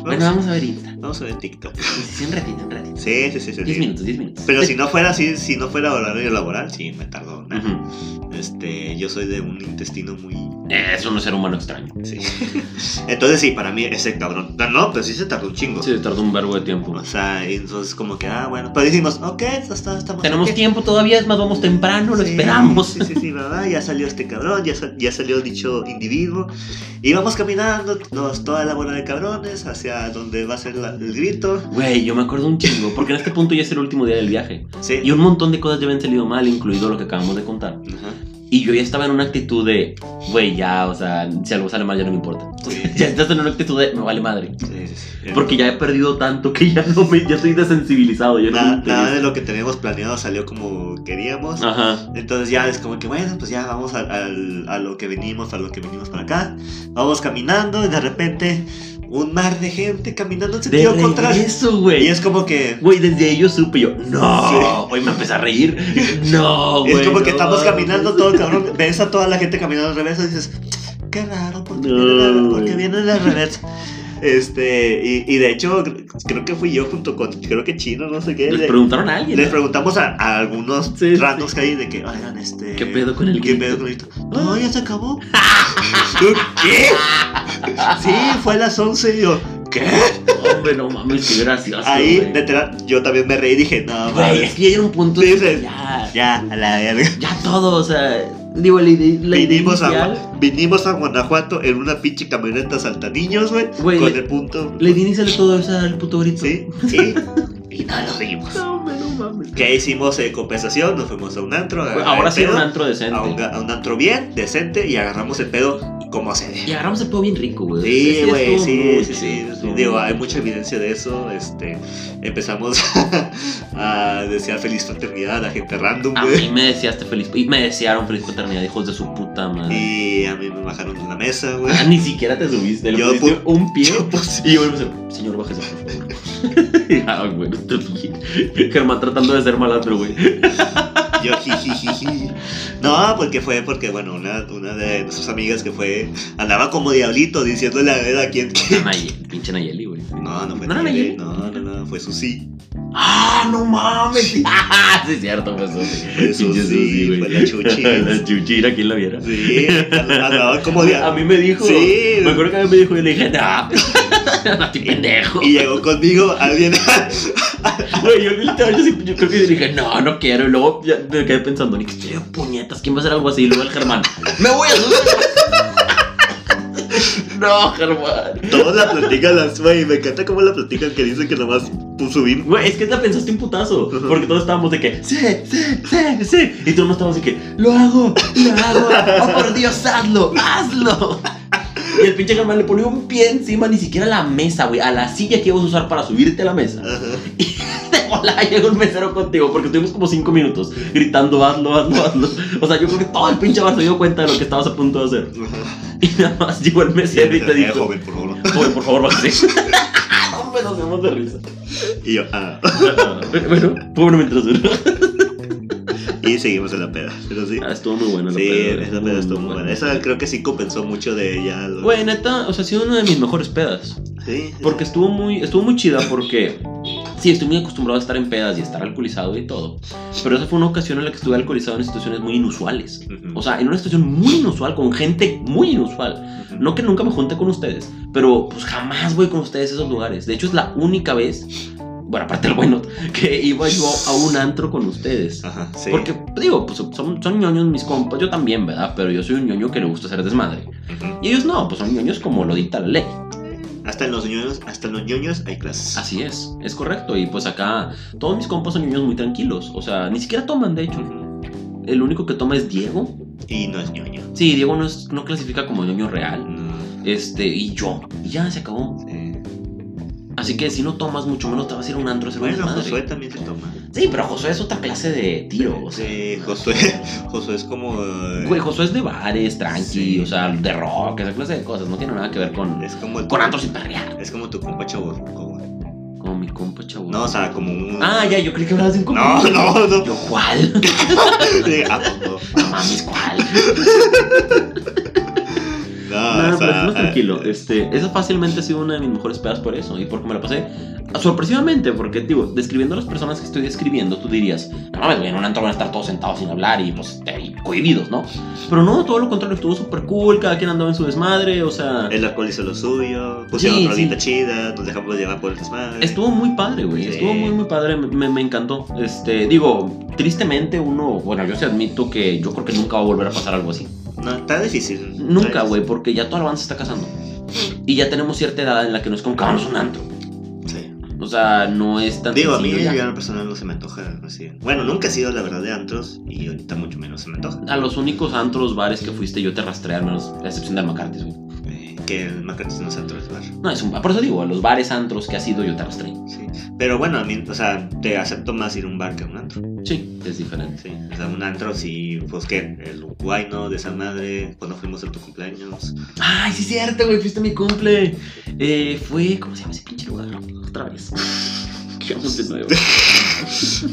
S1: Bueno, vamos a ver Insta.
S2: vamos a ver TikTok.
S1: Sí, un ratito, un ratito.
S2: Sí, sí, sí, sí.
S1: 10
S2: sí.
S1: minutos, 10 minutos.
S2: Pero si no fuera así, si no fuera horario laboral, sí, me tardó nada.
S1: Ujú.
S2: Este, yo soy de un intestino muy.
S1: Eh, Eso no es ser humano extraño.
S2: Sí. Entonces, sí, para mí ese cabrón. Pero no, pero sí se tardó un chingo.
S1: Sí, tardó un vergo de tiempo.
S2: O sea, y entonces, como que, ah, bueno. Pero dijimos, ok, está- está- estamos.
S1: Tenemos
S2: ok.
S1: tiempo todavía, es más, vamos temprano, lo
S2: Sí,
S1: esperamos.
S2: Sí, sí, sí, ¿verdad? Ya salió este cabrón, ya, sal- ya salió dicho individuo. Y vamos caminando, nos- toda la bola de cabrones, hacia donde va a ser la- el grito.
S1: Güey, yo me acuerdo un chingo, porque en este punto ya es el último día del viaje.
S2: Sí.
S1: Y un montón de cosas ya habían salido mal, incluido lo que acabamos de contar.
S2: Ajá.
S1: Y yo ya estaba en una actitud de, güey, ya, o sea, si algo sale mal ya no me importa.
S2: Sí,
S1: Ya estás en una actitud de, me vale madre.
S2: sí, sí, sí.
S1: Porque ya he perdido tanto que ya no me, ya estoy desensibilizado. Ya no me
S2: nada,
S1: interesa.
S2: nada de lo que teníamos planeado salió como queríamos.
S1: Ajá.
S2: Entonces ya es como que bueno, pues ya vamos al- al- a, lo que venimos, a lo que venimos para acá. Vamos caminando y de repente un mar de gente caminando en
S1: De
S2: sentido contrario.
S1: regreso,
S2: Y
S1: güey.
S2: es como que
S1: Güey, desde ahí yo supe yo, no,
S2: Sí.
S1: güey, me empecé a reír. No, güey.
S2: es como que
S1: no.
S2: estamos caminando todo el cabrón. Ves a toda la gente caminando al revés y dices, qué raro, porque
S1: No,
S2: vienen, al-
S1: güey.
S2: porque vienen al revés. Este, y, y de hecho, creo que fui yo junto con, creo que Chino, no sé qué.
S1: Les
S2: le-
S1: preguntaron a alguien.
S2: Les preguntamos a, a algunos
S1: Sí,
S2: ratos que hay de que, oigan, este.
S1: ¿Qué pedo con el
S2: ¿Qué
S1: grito?
S2: pedo con el grito? No, ya se acabó. Yo, ¿Qué? Sí, fue a las 11 y yo, ¿qué?
S1: Hombre, no mames, qué gracioso.
S2: Ahí,
S1: güey.
S2: literal, yo también me reí y dije, no,
S1: Güey,
S2: mames.
S1: es que hay un punto de
S2: Dices,
S1: ya, ya,
S2: Ya, a la verga.
S1: todo, o sea, digo, la idea, la idea
S2: Vinimos a,
S1: inicial,
S2: Gua- vinimos a Guanajuato en una pinche camioneta saltaniños, güey.
S1: Güey,
S2: Con
S1: le-
S2: el punto.
S1: la idea inicial de todo eso era el puto grito.
S2: Sí, sí. Y nada, lo seguimos.
S1: No, hombre, no mames.
S2: ¿Qué hicimos en compensación? Nos fuimos a un antro. a-
S1: Ahora
S2: a
S1: sí era
S2: pedo,
S1: un antro decente.
S2: a un, a un antro bien, decente, y agarramos el pedo como se
S1: Y
S2: debe.
S1: agarramos el pedo bien rico, güey.
S2: Sí,
S1: Ese
S2: güey,
S1: pues, estuvo
S2: sí,
S1: muy
S2: sí, sí.
S1: chido, estuvo
S2: Digo,
S1: muy
S2: hay
S1: chido.
S2: mucha evidencia de eso. Este, empezamos a desear feliz fraternidad a gente random,
S1: A
S2: güey.
S1: mí me deseaste feliz. Y me desearon feliz paternidad, hijos de su puta madre.
S2: Y a mí me bajaron de la mesa, güey.
S1: Ah, Ni siquiera te subiste. Le
S2: Yo
S1: pusiste un pie.
S2: Yo pues, puse-
S1: Y yo me puse, señor, bájese, por favor. ah, güey, esto es bien. Germán tratando de ser malandro, güey.
S2: Yo jijijiji. No, porque fue porque, bueno, una, una de nuestras amigas que fue, andaba como diablito diciéndole a ver a quién. quién-
S1: Naye- Pinche Ah, Nayeli, güey.
S2: No, no fue
S1: ¿No era Nayeli?
S2: Nayeli, No, no, no, fue Susi.
S1: ¡Ah, no mames! Ah, sí, es cierto, pues Susi.
S2: Fue Susi,
S1: Pinche Susi, güey.
S2: fue la chuchi.
S1: la chuchi, mira quién la viera.
S2: Sí, andaba como
S1: a
S2: diablito.
S1: mí me dijo.
S2: Sí.
S1: Me acuerdo que a mí me dijo y le dije, no, no, estoy pendejo.
S2: Y llegó conmigo alguien.
S1: Güey, yo, literal, yo, sí- yo creo que yo dije, no, no quiero. Y luego ya me quedé pensando, ni que estoy de puñetas, ¿quién va a hacer algo así? Y luego el Germán, me voy a subir. no, Germán.
S2: Todos la platican las, güey, me encanta cómo la platican que dicen que nomás puso subir.
S1: Güey, es que la pensaste un putazo.
S2: Ujú.
S1: Porque todos estábamos de que, sí, sí, sí, sí. Y todos no estábamos de que, lo hago, lo hago. Oh, por Dios, hazlo, hazlo. Y el pinche Germán le pone un pie encima, ni siquiera a la mesa, güey, a la silla que ibas a usar para subirte a la mesa.
S2: Ajá.
S1: de volada llegó el mesero contigo porque estuvimos como 5 minutos gritando hazlo, hazlo, hazlo. O sea, yo creo que todo el pinche bar se dio cuenta de lo que estabas a punto de hacer. Y nada más llegó el
S2: Sí,
S1: mesero y te dijo,
S2: joven, por favor.
S1: joven, por favor, bájese. Hombre, nos hacemos de risa.
S2: Y yo, ah.
S1: bueno, fue bueno mientras duró.
S2: Y seguimos en la peda. Pero sí.
S1: Ah, estuvo muy buena la
S2: Sí,
S1: peda.
S2: esa peda estuvo muy buena. Esa creo que sí compensó mucho de ya lo-
S1: Güey, neta, o sea, ha sido una de mis mejores pedas.
S2: Sí.
S1: Porque estuvo muy, estuvo muy chida porque... Sí, estoy muy acostumbrado a estar en pedas y estar alcoholizado y todo. Pero esa fue una ocasión en la que estuve alcoholizado en situaciones muy inusuales.
S2: Ujú.
S1: O sea, en una situación muy inusual, con gente muy inusual.
S2: Ujú.
S1: No que nunca me junte con ustedes, pero pues jamás voy con ustedes a esos lugares. De hecho, es la única vez, bueno, aparte del bueno, que iba yo a un antro con ustedes.
S2: Ajá, sí.
S1: Porque, digo, pues son, son ñoños mis compas, yo también, ¿verdad? Pero yo soy un ñoño que le gusta hacer desmadre.
S2: Ujú.
S1: Y ellos no, pues son ñoños como lo dicta la ley.
S2: Hasta en los ñoños, hasta en los ñoños hay clases.
S1: Así es, es correcto. Y pues acá todos mis compas son ñoños muy tranquilos. O sea, ni siquiera toman, de hecho.
S2: Ujú.
S1: El único que toma es Diego.
S2: Y no es ñoño.
S1: Sí, Diego no, es- no clasifica como ñoño real.
S2: No,
S1: Este, y yo. Y ya se acabó.
S2: sí.
S1: Así que si no tomas, mucho menos te vas a ir a un antro a hacer un
S2: Bueno,
S1: desmadre.
S2: Josué también se toma.
S1: Sí, pero Josué es otra clase de tiro. o sea.
S2: Sí, Josué, Josué es como. eh,
S1: Güey, Josué es de bares, tranqui,
S2: Sí.
S1: o sea, de rock, esa clase de cosas. No tiene nada que ver con,
S2: Es como.
S1: con antros y perrear.
S2: Es como tu compa chaburruco, güey.
S1: Como mi compa chavo.
S2: No, o sea, como un.
S1: Ah, ya, yo creí que hablabas de un compa.
S2: No, no, no.
S1: Yo, ¿cuál?
S2: Sí, ah, no.
S1: No mames, ¿cuál?
S2: No,
S1: No,
S2: o
S1: pero
S2: sea,
S1: estamos tranquilo.
S2: eh,
S1: Este, esa fácilmente ha sido una de mis mejores pedas por eso. Y porque me la pasé sorpresivamente. Porque, digo, describiendo a las personas que estoy describiendo, tú dirías, no mames, güey, en un antro van a estar todos sentados sin hablar y pues este, y cohibidos, ¿no? Pero no, todo lo contrario, estuvo súper cool. Cada quien andaba en su desmadre, o sea.
S2: El alcohol hizo lo suyo, pusieron
S1: Sí,
S2: rolita
S1: sí.
S2: chida, nos dejamos llevar por el desmadre.
S1: Estuvo muy padre, güey.
S2: Sí.
S1: Estuvo muy, muy padre. Me, me- me encantó. Este, digo, tristemente uno, bueno, yo sí admito que yo creo que nunca va a volver a pasar algo así.
S2: No, está difícil.
S1: Nunca,
S2: Está
S1: güey, porque ya toda la banda se está casando. Y ya tenemos cierta edad en la que no "Ah, es como, que vamos a un antro.
S2: difícil. Sí.
S1: O sea, no es tan
S2: Digo, a mí
S1: sencillo ya.
S2: yo en lo personal no se me antoja así. Bueno, nunca he sido la verdad de antros y ahorita mucho menos se me antoja.
S1: A los únicos antros bares que fuiste yo te rastré, al menos, la excepción del Macartes, güey.
S2: Eh, que el Macartes no es antro, es bar.
S1: No, es un bar. Por eso digo, a los bares antros que has ido yo te rastré.
S2: Sí. Pero bueno, a mí, o sea, te acepto más ir a un bar que a un antro.
S1: Sí, es diferente.
S2: Sí. O sea, un antro sí, pues que el guayno de esa madre, cuando fuimos a tu cumpleaños.
S1: Ay, sí es cierto, güey, fuiste a mi cumple. Eh, fue, ¿cómo se llama ese pinche lugar? Otra vez. ¿Qué vamos de nuevo?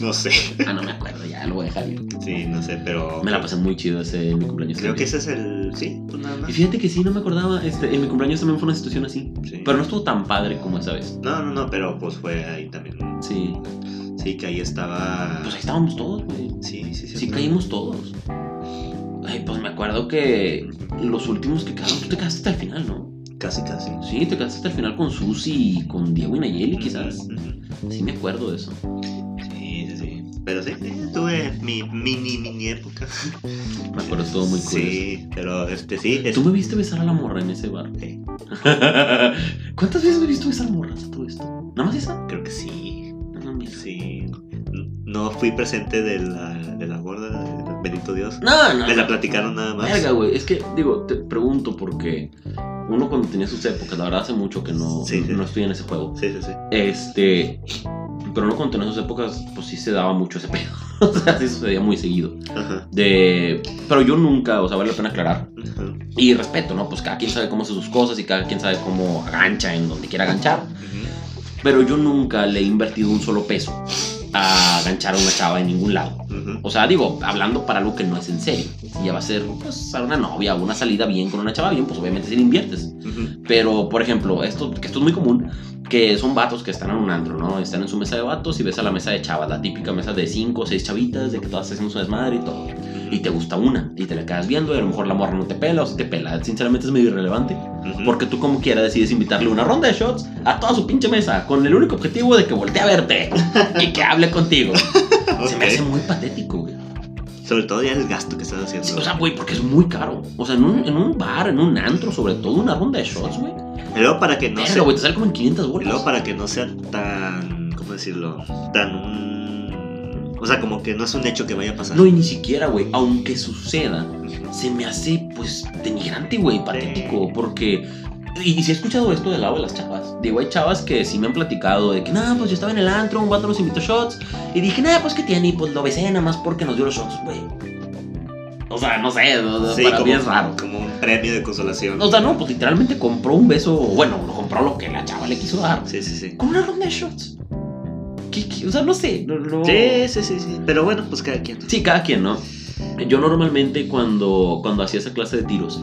S2: No sé.
S1: Ah, no me acuerdo, ya lo voy a dejar ir.
S2: Sí, no sé, pero.
S1: Me la pasé muy chido ese mi cumpleaños.
S2: Creo que
S1: también.
S2: ese es el. Sí, pues nada
S1: Y
S2: más.
S1: fíjate que sí, no me acordaba, este, en mi cumpleaños también fue una situación así.
S2: Sí.
S1: Pero no estuvo tan padre como esa vez.
S2: No, no, no, pero pues fue ahí también.
S1: Sí.
S2: Sí, que ahí estaba.
S1: Pues ahí estábamos todos, güey.
S2: Sí, sí, sí.
S1: Sí caímos todos. Ay, pues me acuerdo que los últimos que quedaron, tú te quedaste hasta el final, ¿no?
S2: Casi, casi.
S1: Sí, te quedaste hasta el final con Susi y con Diego y Nayeli, quizás.
S2: Ujú.
S1: Sí me acuerdo de eso.
S2: Sí, sí, sí. Pero sí, sí, tuve mi mini, mini época.
S1: Me acuerdo todo Ah, muy cool.
S2: Sí, pero este sí. es-
S1: Tú me viste besar a la morra en ese bar.
S2: Sí.
S1: ¿Cuántas veces me viste besar a morras a todo esto? ¿Nada más esa?
S2: Creo que sí.
S1: No, no, mira.
S2: Sí. No fui presente de la, de la gorda, de bendito Dios.
S1: No, no.
S2: Me la
S1: no.
S2: platicaron nada más.
S1: Verga, güey. Es que, digo, te pregunto porque uno cuando tenía sus épocas, la verdad hace mucho que no,
S2: Sí, sí.
S1: no estoy en ese juego.
S2: Sí, sí, sí.
S1: Este. Pero uno cuando tenía sus épocas, pues sí se daba mucho ese pedo. O sea, sí sucedía muy seguido.
S2: Ajá.
S1: De. Pero yo nunca, o sea, vale la pena aclarar.
S2: Ajá.
S1: Y respeto, ¿no? Pues cada quien sabe cómo hace sus cosas y cada quien sabe cómo agancha en donde quiera aganchar. Pero yo nunca le he invertido un solo peso a aganchar a una chava en ningún lado.
S2: Ujú.
S1: O sea, digo, hablando para algo que no es en serio. Si ya va a ser, pues, a una novia o una salida bien con una chava bien, pues obviamente sí le inviertes.
S2: Ujú.
S1: Pero, por ejemplo, esto, que esto es muy común, que son vatos que están en un antro, ¿no? Están en su mesa de vatos y ves a la mesa de chavas, la típica mesa de cinco o seis chavitas, de que todas hacen su desmadre y todo. Y te gusta una, y te la quedas viendo, y a lo mejor la morra no te pela o si te pela. Sinceramente es medio irrelevante.
S2: Ujú.
S1: Porque tú como quiera decides invitarle una ronda de shots a toda su pinche mesa con el único objetivo de que voltee a verte y que hable contigo. Se me
S2: Ok.
S1: hace muy patético, güey.
S2: Sobre todo ya el gasto que estás haciendo.
S1: Sí, O sea, güey, porque es muy caro. O sea, en un, en un bar, en un antro, sobre todo, una ronda de shots, güey.
S2: Y luego para que no
S1: No
S2: sea.
S1: güey, te sale como en 500
S2: Y
S1: bolas.
S2: luego para que no sea tan. ¿Cómo decirlo? Tan. O sea, como que no es un hecho que vaya a pasar.
S1: No, y ni siquiera, güey, aunque suceda,
S2: Ujú.
S1: se me hace, pues, denigrante, güey, patético, porque... Y, y si he escuchado esto del lado de las chavas. Digo, hay chavas que sí me han platicado de que, nada, pues yo estaba en el antro, un vato nos invitó shots. Y dije, nada, pues que tiene, y pues lo besé nada más porque nos dio los shots, güey. O sea, no sé, no- no,
S2: Sí,
S1: para mí
S2: como,
S1: es raro.
S2: como un premio de consolación.
S1: O sea, no, pues literalmente compró un beso, o bueno, no compró lo que la chava le quiso dar.
S2: Sí, sí, sí.
S1: Con una ronda de shots. ¿Qué- qué? O sea, no sé. No, no-
S2: Sí, sí, sí, sí. Pero bueno, pues cada quien.
S1: Sí, cada quien, ¿no? Yo normalmente cuando, cuando hacía esa clase de tiros,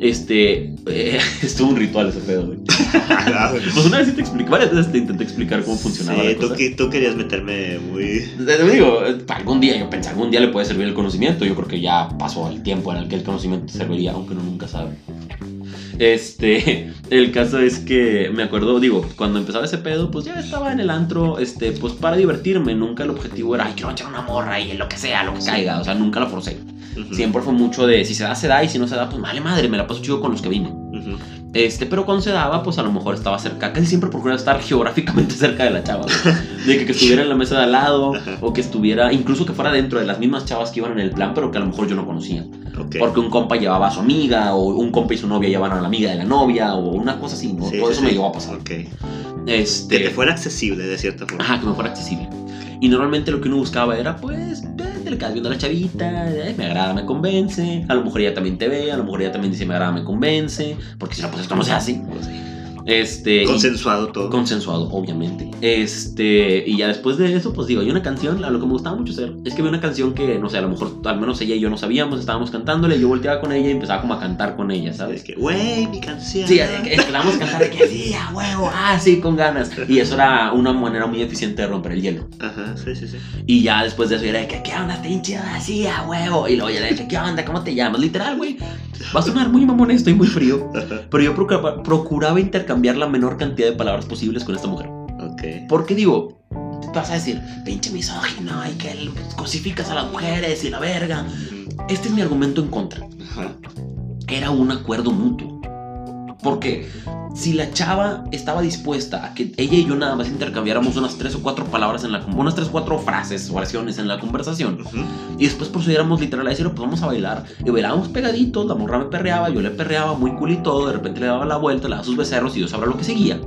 S1: este, eh, estuvo un ritual ese pedo, güey. Pues una vez sí te expliqué, varias veces te intenté explicar cómo funcionaba
S2: Sí,
S1: la
S2: tú,
S1: cosa.
S2: que- tú querías meterme muy.
S1: Te- te Digo, eh, algún día, yo pensé, algún día le puede servir el conocimiento. Yo creo que ya pasó el tiempo en el que el conocimiento te serviría, aunque uno nunca sabe. Este, el caso es que me acuerdo, digo, cuando empezaba ese pedo, pues ya estaba en el antro, este, pues para divertirme. Nunca el objetivo era, ay, quiero echar una morra y lo que sea, lo que caiga. O sea, nunca la forcé.
S2: Ujú.
S1: Siempre fue mucho de si se da, se da, y si no se da, pues vale madre, me la paso chido con los que vine.
S2: Ujú.
S1: Este, pero cuando se daba, pues a lo mejor estaba cerca, casi siempre procuraba estar geográficamente cerca de la chava, güey. de que, que estuviera en la mesa de al lado, o que estuviera, incluso que fuera dentro de las mismas chavas que iban en el plan, pero que a lo mejor yo no conocía.
S2: Ok.
S1: Porque un compa llevaba a su amiga, o un compa y su novia llevaban a la amiga de la novia, o una cosa así, ¿no?
S2: Sí,
S1: Todo
S2: sí,
S1: eso
S2: sí.
S1: me llegó a pasar.
S2: Ok.
S1: Este,
S2: Que te fuera accesible de cierta forma.
S1: Ajá, que me fuera accesible. Y normalmente lo que uno buscaba era, pues, eh, te le quedas viendo a la chavita, eh, me agrada, me convence. A lo mejor ella también te ve, a lo mejor ella también dice, me agrada, me convence. Porque si no, pues esto no se hace.
S2: Pues sí.
S1: Este. y-
S2: Consensuado todo.
S1: consensuado, obviamente. Este. Y ya después de eso, pues digo, hay una canción, lo que me gustaba mucho hacer es que había una canción que, no sé, a lo mejor al menos ella y yo no sabíamos, estábamos cantándole, yo volteaba con ella y empezaba como a cantar con ella, ¿sabes?
S2: Es que, güey, mi canción.
S1: Sí, es que- es que la vamos a cantar de que sí, a huevo, ah, sí, con ganas. Y eso era una manera muy eficiente de romper el hielo.
S2: Ajá, sí, sí, sí.
S1: Y ya después de eso, yo era de que, ¿qué onda? ¿Estás bien chida? Así, a huevo. Y luego yo era de que, ¿qué onda? ¿Cómo te llamas? Literal, güey. Va a sonar muy mamón esto y muy frío.
S2: Ajá.
S1: Pero yo procuraba, procuraba intercambiar la menor cantidad de palabras posibles con esta mujer.
S2: Ok.
S1: Porque digo, vas a decir, pinche misógino y que cosificas a las mujeres y la verga.
S2: Ujú.
S1: Este es mi argumento en contra.
S2: Ajá.
S1: Era un acuerdo mutuo. Porque si la chava estaba dispuesta a que ella y yo nada más intercambiáramos unas tres o cuatro palabras en la con- unas tres o cuatro frases, oraciones en la conversación,
S2: Ujú.
S1: y después procediéramos literal a decirlo, pues vamos a bailar, y bailábamos pegaditos, la morra me perreaba, yo le perreaba, muy cool y todo, de repente le daba la vuelta, le daba sus becerros y Dios sabrá lo que seguía.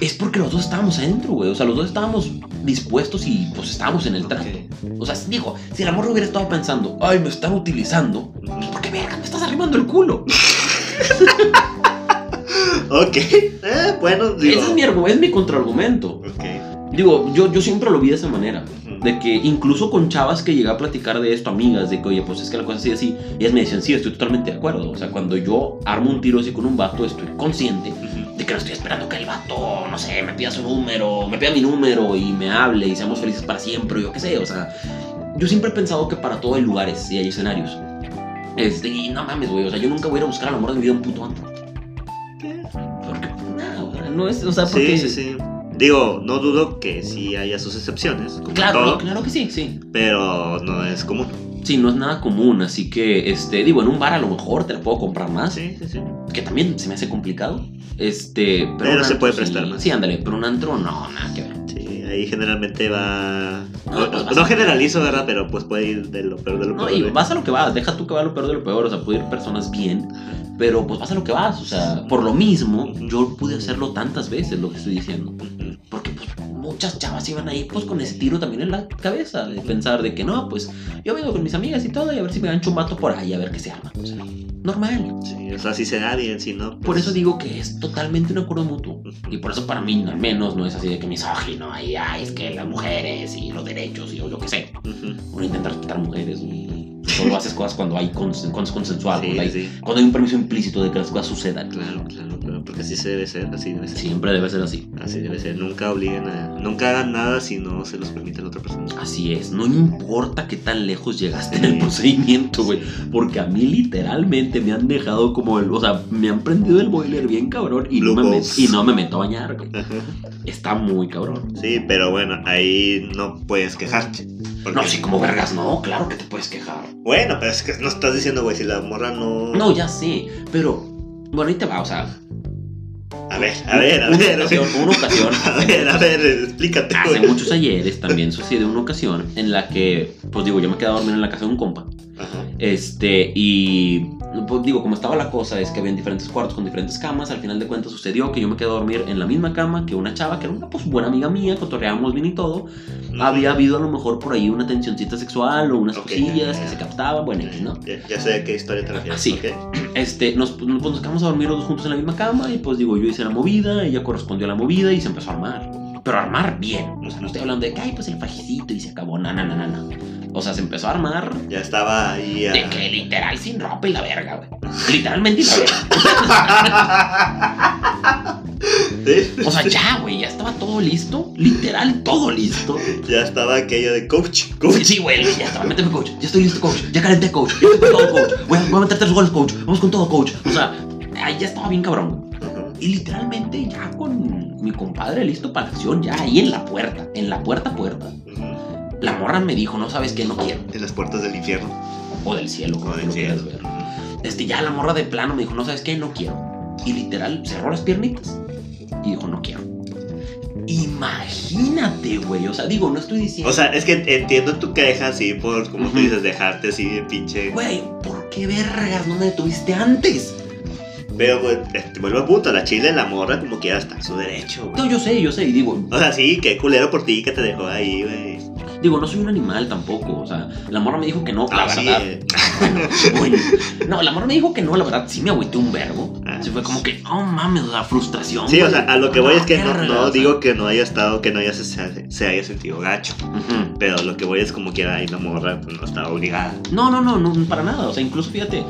S1: es porque los dos estábamos adentro, güey, o sea, los dos estábamos dispuestos y pues estábamos en el trato.
S2: Ok.
S1: O sea, digo, si la morra hubiera estado pensando, ay, me están utilizando,
S2: Ujú.
S1: ¿por qué verga me estás arrimando el culo?
S2: Ok. Eh, bueno, digo.
S1: Ese es mi, argu- es mi contraargumento.
S2: Ok.
S1: Digo, yo, yo siempre lo vi de esa manera.
S2: Ujú.
S1: De que incluso con chavas que llegué a platicar de esto, amigas, de que, oye, pues es que la cosa es así, así, ellas me decían, sí, estoy totalmente de acuerdo. O sea, cuando yo armo un tiro así con un vato, estoy consciente
S2: Ujú.
S1: de que no estoy esperando que el vato, no sé, me pida su número, me pida mi número y me hable y seamos felices para siempre, o yo qué sé, o sea, yo siempre he pensado que para todo hay lugares y hay escenarios. Este, y no mames, güey, o sea, yo nunca voy a ir a buscar el amor de mi vida a un puto antro. Porque, no, o sea, no es, o sea, porque...
S2: Sí, sí, sí. Digo, no dudo que sí haya sus excepciones, como
S1: Claro,
S2: todo,
S1: claro que sí, sí.
S2: pero no es común.
S1: Sí, no es nada común, así que, este, digo, en un bar a lo mejor te la puedo comprar más,
S2: Sí, sí, sí.
S1: que también se me hace complicado, este, pero...
S2: Pero
S1: un
S2: se
S1: antro
S2: puede
S1: sí.
S2: prestar más.
S1: Sí, ándale, pero un antro no, nada que ver.
S2: Sí, ahí generalmente va. No,
S1: pues,
S2: no
S1: vas a-
S2: generalizo, ¿verdad? Pero pues puede ir de lo peor de lo
S1: No,
S2: peor.
S1: y
S2: ¿eh?
S1: vas a lo que vas, deja tú que va lo peor de lo peor, o sea, puede ir personas bien, pero pues vas a lo que vas, o sea, por lo mismo, yo pude hacerlo tantas veces, lo que estoy diciendo,
S2: Ujú.
S1: porque pues muchas chavas iban ahí pues con ese tiro también en la cabeza, de pensar de que no, pues yo vengo con mis amigas y todo, y a ver si me gancho un vato por ahí, a ver qué se arma, o sea, normal.
S2: Sí, o sea, si se da bien, si no.
S1: Por
S2: pues-
S1: eso digo que es totalmente un acuerdo mutuo.
S2: Ujú.
S1: Y por eso para mí, al menos, no es así de que misógino, y ay, es que las mujeres y los derechos y yo, yo qué sé.
S2: Ujú.
S1: Uno intenta respetar mujeres y solo haces cosas cuando hay cons cons- consensuado,
S2: Sí,
S1: cuando, hay,
S2: sí.
S1: cuando hay un permiso implícito de que las cosas sucedan.
S2: Claro, claro, claro. Porque así se debe ser, así debe ser.
S1: Siempre debe ser así.
S2: Así debe ser. Nunca obliguen a. Nunca hagan nada si no se los permite la otra persona.
S1: Así es, no importa qué tan lejos llegaste en el
S2: Sí.
S1: procedimiento, güey. Porque a mí literalmente me han dejado como el. O sea, me han prendido el boiler bien cabrón y, no
S2: Blue
S1: me, met-
S2: balls.
S1: y no me meto a bañar, güey.
S2: Ajá.
S1: Está muy cabrón.
S2: Sí, pero bueno, ahí no puedes quejarte. porque-
S1: No, sí, como vergas, no, claro que te puedes quejar.
S2: Bueno, pero es que no estás diciendo, güey, si la morra no.
S1: No, ya sé, pero bueno, ahí te va, o sea,
S2: A ver, a ver, a
S1: una
S2: ver. a ver.
S1: ocasión, una ocasión,
S2: A ver, a ver, explícate,
S1: hace
S2: güey.
S1: muchos ayeres también sucedió una ocasión en la que, pues digo, yo me quedaba dormido en la casa de un compa,
S2: Ajá.
S1: este, y pues digo, como estaba la cosa, es que había diferentes cuartos con diferentes camas, al final de cuentas sucedió que yo me quedé a dormir en la misma cama que una chava, que era una pues buena amiga mía, cotorreábamos bien y todo, Ah, había habido a lo mejor por ahí una tensioncita sexual o unas
S2: Ok,
S1: cosillas
S2: ya, ya.
S1: que se captaban, bueno, X, ¿no?
S2: Ya, ya sé a qué historia te refieres.
S1: Sí.
S2: ¿ok?
S1: este, nos, pues, nos quedamos a dormir los dos juntos en la misma cama y pues digo, yo hice la movida, ella correspondió a la movida y se empezó a armar. Pero a armar bien. O sea, no estoy hablando de que, ay, pues el fajecito y se acabó. Na, na, na, na, na. O sea, se empezó a armar
S2: Ya estaba ahí. ah,
S1: de que literal sin ropa y la verga, güey. Literalmente y la verga.
S2: a- Sí,
S1: O sea, ya, güey, ya estaba todo listo. Literal, todo listo.
S2: Ya estaba aquello de coach, coach.
S1: Sí, güey, ya estaba, méteme coach. Ya estoy listo, coach. Ya calenté, coach. Ya estoy todo, coach. Voy a, voy a meter tres goles, coach. Vamos con todo, coach. O sea, ahí ya estaba bien cabrón, güey.
S2: Ajá.
S1: Y literalmente ya con mi compadre listo para la acción, ya ahí en la puerta, en la puerta puerta,
S2: Ujú.
S1: la morra me dijo, no sabes qué, no quiero.
S2: En las puertas del infierno.
S1: O del cielo, como
S2: Como
S1: tú
S2: del
S1: lo
S2: cielo.
S1: quieras ver. Este, ya la morra de plano me dijo, no sabes qué, no quiero. Y literal, cerró las piernitas y dijo, no quiero. Imagínate, güey. O sea, digo, no estoy diciendo...
S2: O sea, es que entiendo tu queja así por, como tú
S1: Ujú.
S2: dices, dejarte así de pinche.
S1: Güey, ¿por qué vergas no me detuviste antes?
S2: Pero, güey, Eh, te vuelvo a punto. La chile, la morra, como quiera, está en su derecho, güey.
S1: No, yo sé, yo sé. Y digo,
S2: O sea, sí, qué culero por ti que te dejó ahí, güey.
S1: digo, no soy un animal tampoco. O sea, la morra me dijo que no, la
S2: Ah, sí,
S1: verdad.
S2: eh.
S1: Bueno, no, el amor me dijo que no, la verdad sí me agüité un verbo.
S2: Ah.
S1: Se fue como que, oh mames, la frustración.
S2: Sí, o
S1: güey.
S2: sea, a lo que voy es que no,
S1: Verga,
S2: no
S1: o sea.
S2: digo que no haya estado, que no haya se, se- se haya sentido gacho.
S1: Ujú.
S2: Pero lo que voy es como quiera ahí la morra pues, no estaba obligada.
S1: No, no, no, no, para nada. O sea, incluso fíjate,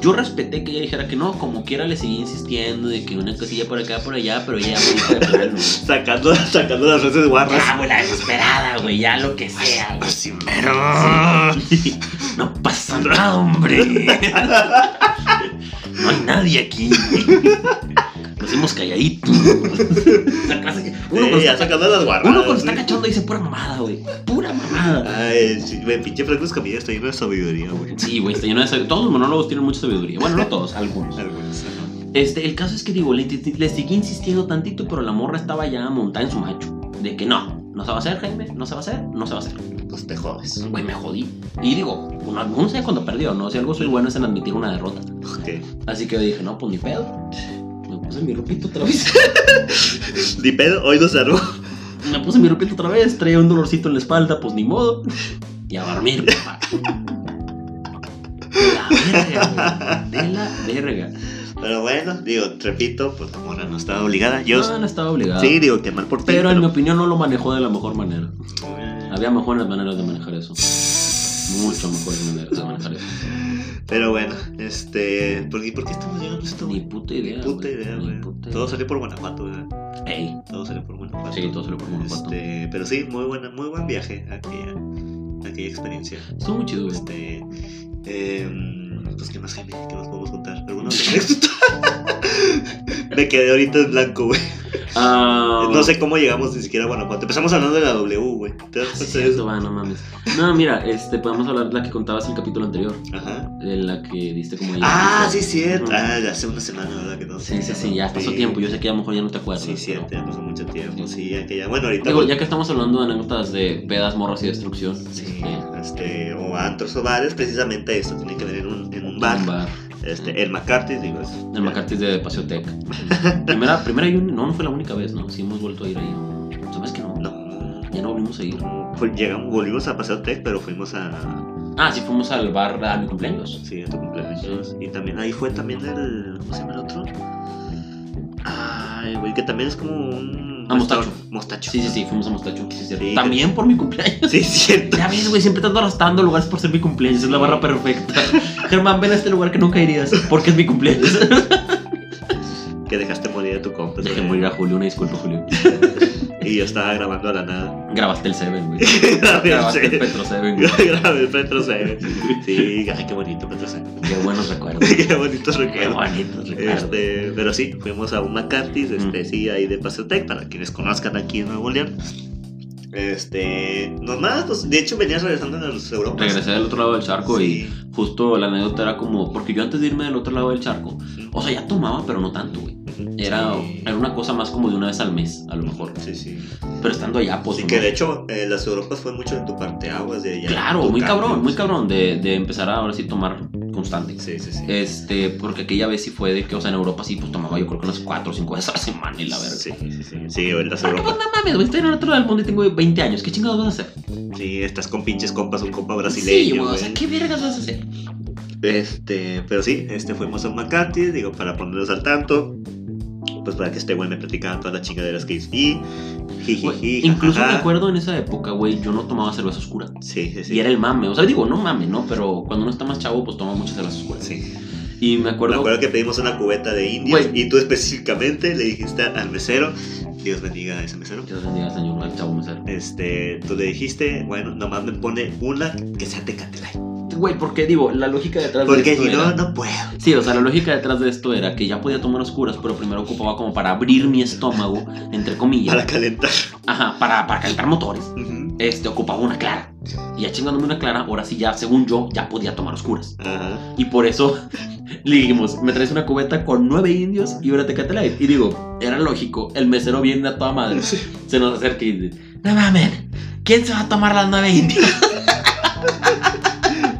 S1: yo respeté que ella dijera que no, como quiera le seguí insistiendo de que una cosilla por acá, por allá, pero ella ya me dijo de plano. güey.
S2: Sacando, sacando las frases guarras.
S1: Ya, güey, la desesperada, güey, ya lo que sea, güey.
S2: Así mero.
S1: No pasa nada, hombre. No hay nadie aquí. Nos hemos calladito.
S2: Sí, ya sacando las guarras.
S1: Uno cuando está cachondo dice pura mamada, güey. Pura mamada.
S2: Ay, sí, güey, pinche Franco Escamilla está lleno de sabiduría, güey.
S1: este, Sí, güey, está lleno de sabiduría. Todos los monólogos tienen mucha sabiduría. Bueno, no todos, algunos.
S2: Algunos, ajá.
S1: Este, el caso es que digo, le, le seguí insistiendo tantito, pero la morra estaba ya montada en su macho. De que no, no se va a hacer, Jaime, no se va a hacer, no se va a hacer.
S2: Pues te jodes.
S1: Güey, me jodí. Y digo, uno, uno sabe cuando perdió, ¿no? Si algo soy bueno es en admitir una derrota.
S2: Ok.
S1: Así que yo dije, no, pues ni pedo. Me puse mi ropito otra vez.
S2: Ni pedo, hoy nos armó.
S1: Me puse mi ropito otra vez, traía un dolorcito en la espalda, pues ni modo. Y a dormir, papá. De la verga, güey. De la verga.
S2: Pero bueno, digo, repito, pues la morra no estaba obligada. Yo
S1: no, no estaba obligado.
S2: sí, digo que mal por ti.
S1: pero, en mi opinión no lo manejó de la mejor manera.
S2: pero-
S1: Había mejores maneras de manejar eso. Mucho mejores maneras de manejar eso.
S2: Pero bueno, este. ¿Por qué, por qué estamos llegando a esto?
S1: Ni
S2: güey?
S1: puta idea.
S2: Ni puta
S1: güey.
S2: idea,
S1: Ni
S2: güey.
S1: puta
S2: Todo
S1: idea.
S2: salió por Guanajuato, ¿verdad?
S1: Ey,
S2: Todo salió por Guanajuato.
S1: sí, todo salió por Guanajuato.
S2: Este, pero sí, muy buena, muy buen viaje aquella, aquella experiencia.
S1: Estuvo muy chido, güey.
S2: Este, em, pues qué más Jaime, qué más podemos contar. ¿Alguna otra anécdota? Me quedé ahorita en blanco, güey.
S1: Ah,
S2: eh, No sé cómo llegamos ni siquiera a Guanajuato. Empezamos hablando de la W, güey. ¿Te das
S1: ah, sí,
S2: cuenta de
S1: cierto,
S2: eso?
S1: va, no mames. No, mira, este, podemos hablar de la que contabas el capítulo anterior.
S2: Ajá.
S1: De la que diste como ahí.
S2: Ah, sí, cierto.
S1: Ujú.
S2: Ah, ya hace una semana, ¿verdad? Que no
S1: Sí, sí, sí, ya pasó tiempo. Yo sé que a lo mejor ya no te acuerdas.
S2: Sí, cierto,
S1: pero-
S2: ya pasó mucho tiempo. Sí, aquella. Bueno, ahorita.
S1: Digo, ya que estamos hablando de anécdotas de pedas, morras y destrucción.
S2: Sí,
S1: este,
S2: este, o antros o bares, precisamente esto tiene que ver en un, en un bar.
S1: un bar.
S2: Este, el McCarthy, digo. es-
S1: El McCarthy's de Paseotec. primera, primera y un- no, no fue la única vez, ¿no? Sí hemos vuelto a ir ahí. ¿Sabes que no?
S2: No, no,
S1: Ya no volvimos a ir.
S2: no, fue- llegamos, volvimos a Paseo Tech, pero fuimos a.
S1: Ah, sí fuimos al bar a mi cumpleaños.
S2: Sí, a tu cumpleaños. Y también ahí fue también el. ¿Cómo se llama el otro? Ay, güey, que también es como un.
S1: Ah, Mostacho.
S2: restaurante- Mostacho.
S1: Sí, sí, sí, fuimos a Mostacho. sí, sí, cierto.
S2: Sí,
S1: También por mi cumpleaños.
S2: Sí, es cierto.
S1: Ya ves, güey, siempre te ando arrastrando lugares por ser mi cumpleaños. Es la barra perfecta. Germán, ven a este lugar que nunca irías porque es mi cumpleaños.
S2: Que dejaste morir a tu compa.
S1: Dejé
S2: güey.
S1: morir a Julio, una disculpa, Julio.
S2: Y yo estaba grabando a la nada.
S1: Grabaste el Seven, güey.
S2: Grabé el
S1: Grabaste el
S2: Seven.
S1: Petro Seven, güey.
S2: Grabé el Petro Seven. Sí, ay, qué bonito Petro Seven.
S1: Qué buenos recuerdos.
S2: Qué bonito
S1: Qué
S2: recuerdo.
S1: bonitos recuerdos.
S2: Este, pero sí, fuimos a un McCarthy's, este,
S1: Mm.
S2: sí, ahí de Pasotec, para quienes conozcan aquí en Nuevo León. Este, nomás, pues, de hecho venías regresando de los Europa.
S1: Regresé del otro lado del charco y
S2: Sí.
S1: justo la anécdota era como, porque yo antes de irme del otro lado del charco, o sea, ya tomaba, pero no tanto, güey. Era,
S2: Sí.
S1: era una cosa más como de una vez al mes, a lo mejor.
S2: Sí, sí.
S1: Pero estando allá, pues...
S2: sí,
S1: no.
S2: que de hecho, eh, las Europas fue mucho de tu parte aguas de allá.
S1: Claro,
S2: tu
S1: muy
S2: cambio.
S1: cabrón, muy cabrón de, de empezar a ahora sí tomar constante.
S2: Sí, sí, sí.
S1: Este, porque aquella vez sí fue de que, o sea, en Europa sí, pues tomaba yo creo que unas 4 o 5 veces a la semana y la verga.
S2: Sí, sí, sí. Sí, en
S1: Porque,
S2: las
S1: pues
S2: Europas.
S1: no mames, güey, estoy en el otro lado del mundo y tengo 20 años, ¿qué chingados vas a hacer?
S2: Sí, estás con pinches compas, un compa brasileño.
S1: Sí, güey, o
S2: güey.
S1: sea, ¿qué vergas vas a hacer?
S2: Este, pero sí, este fuimos a un McCarthy, digo, para ponerlos al tanto. Pues para que este güey me platicaba todas las chingaderas que hice. Y,
S1: Güey,
S2: jijiji,
S1: incluso me
S2: jajaja.
S1: acuerdo en esa época, güey, yo no tomaba cerveza oscura.
S2: Sí, sí, sí.
S1: Y era el mame, o sea, digo, no mame, ¿no? Pero cuando uno está más chavo, pues toma muchas cervezas oscuras.
S2: Sí.
S1: Y me
S2: Me
S1: acuerdo,
S2: acuerdo que pedimos una cubeta de indias
S1: Güey.
S2: y tú específicamente le dijiste al mesero, Dios bendiga a ese mesero,
S1: Dios bendiga, señor, al chavo mesero.
S2: este, tú le dijiste, bueno, nomás me pone una que sea Tecate Light,
S1: Güey, porque digo, la lógica detrás de
S2: Porque
S1: esto
S2: si no,
S1: era...
S2: no puedo.
S1: Sí, o sea, la lógica detrás de esto era que ya podía tomar oscuras, pero primero ocupaba como para abrir mi estómago, entre comillas.
S2: Para calentar.
S1: Ajá, para, para calentar motores.
S2: Ujú.
S1: Este, ocupaba una clara. Y ya chingándome una clara, ahora sí ya, según yo, ya podía tomar oscuras.
S2: Ajá.
S1: Y por eso le dijimos, me traes una cubeta con nueve indios y una tecate light. Y digo, era lógico, el mesero viene a toda madre. Se nos acerca y dice, no mames, ¿quién se va a tomar las nueve indias?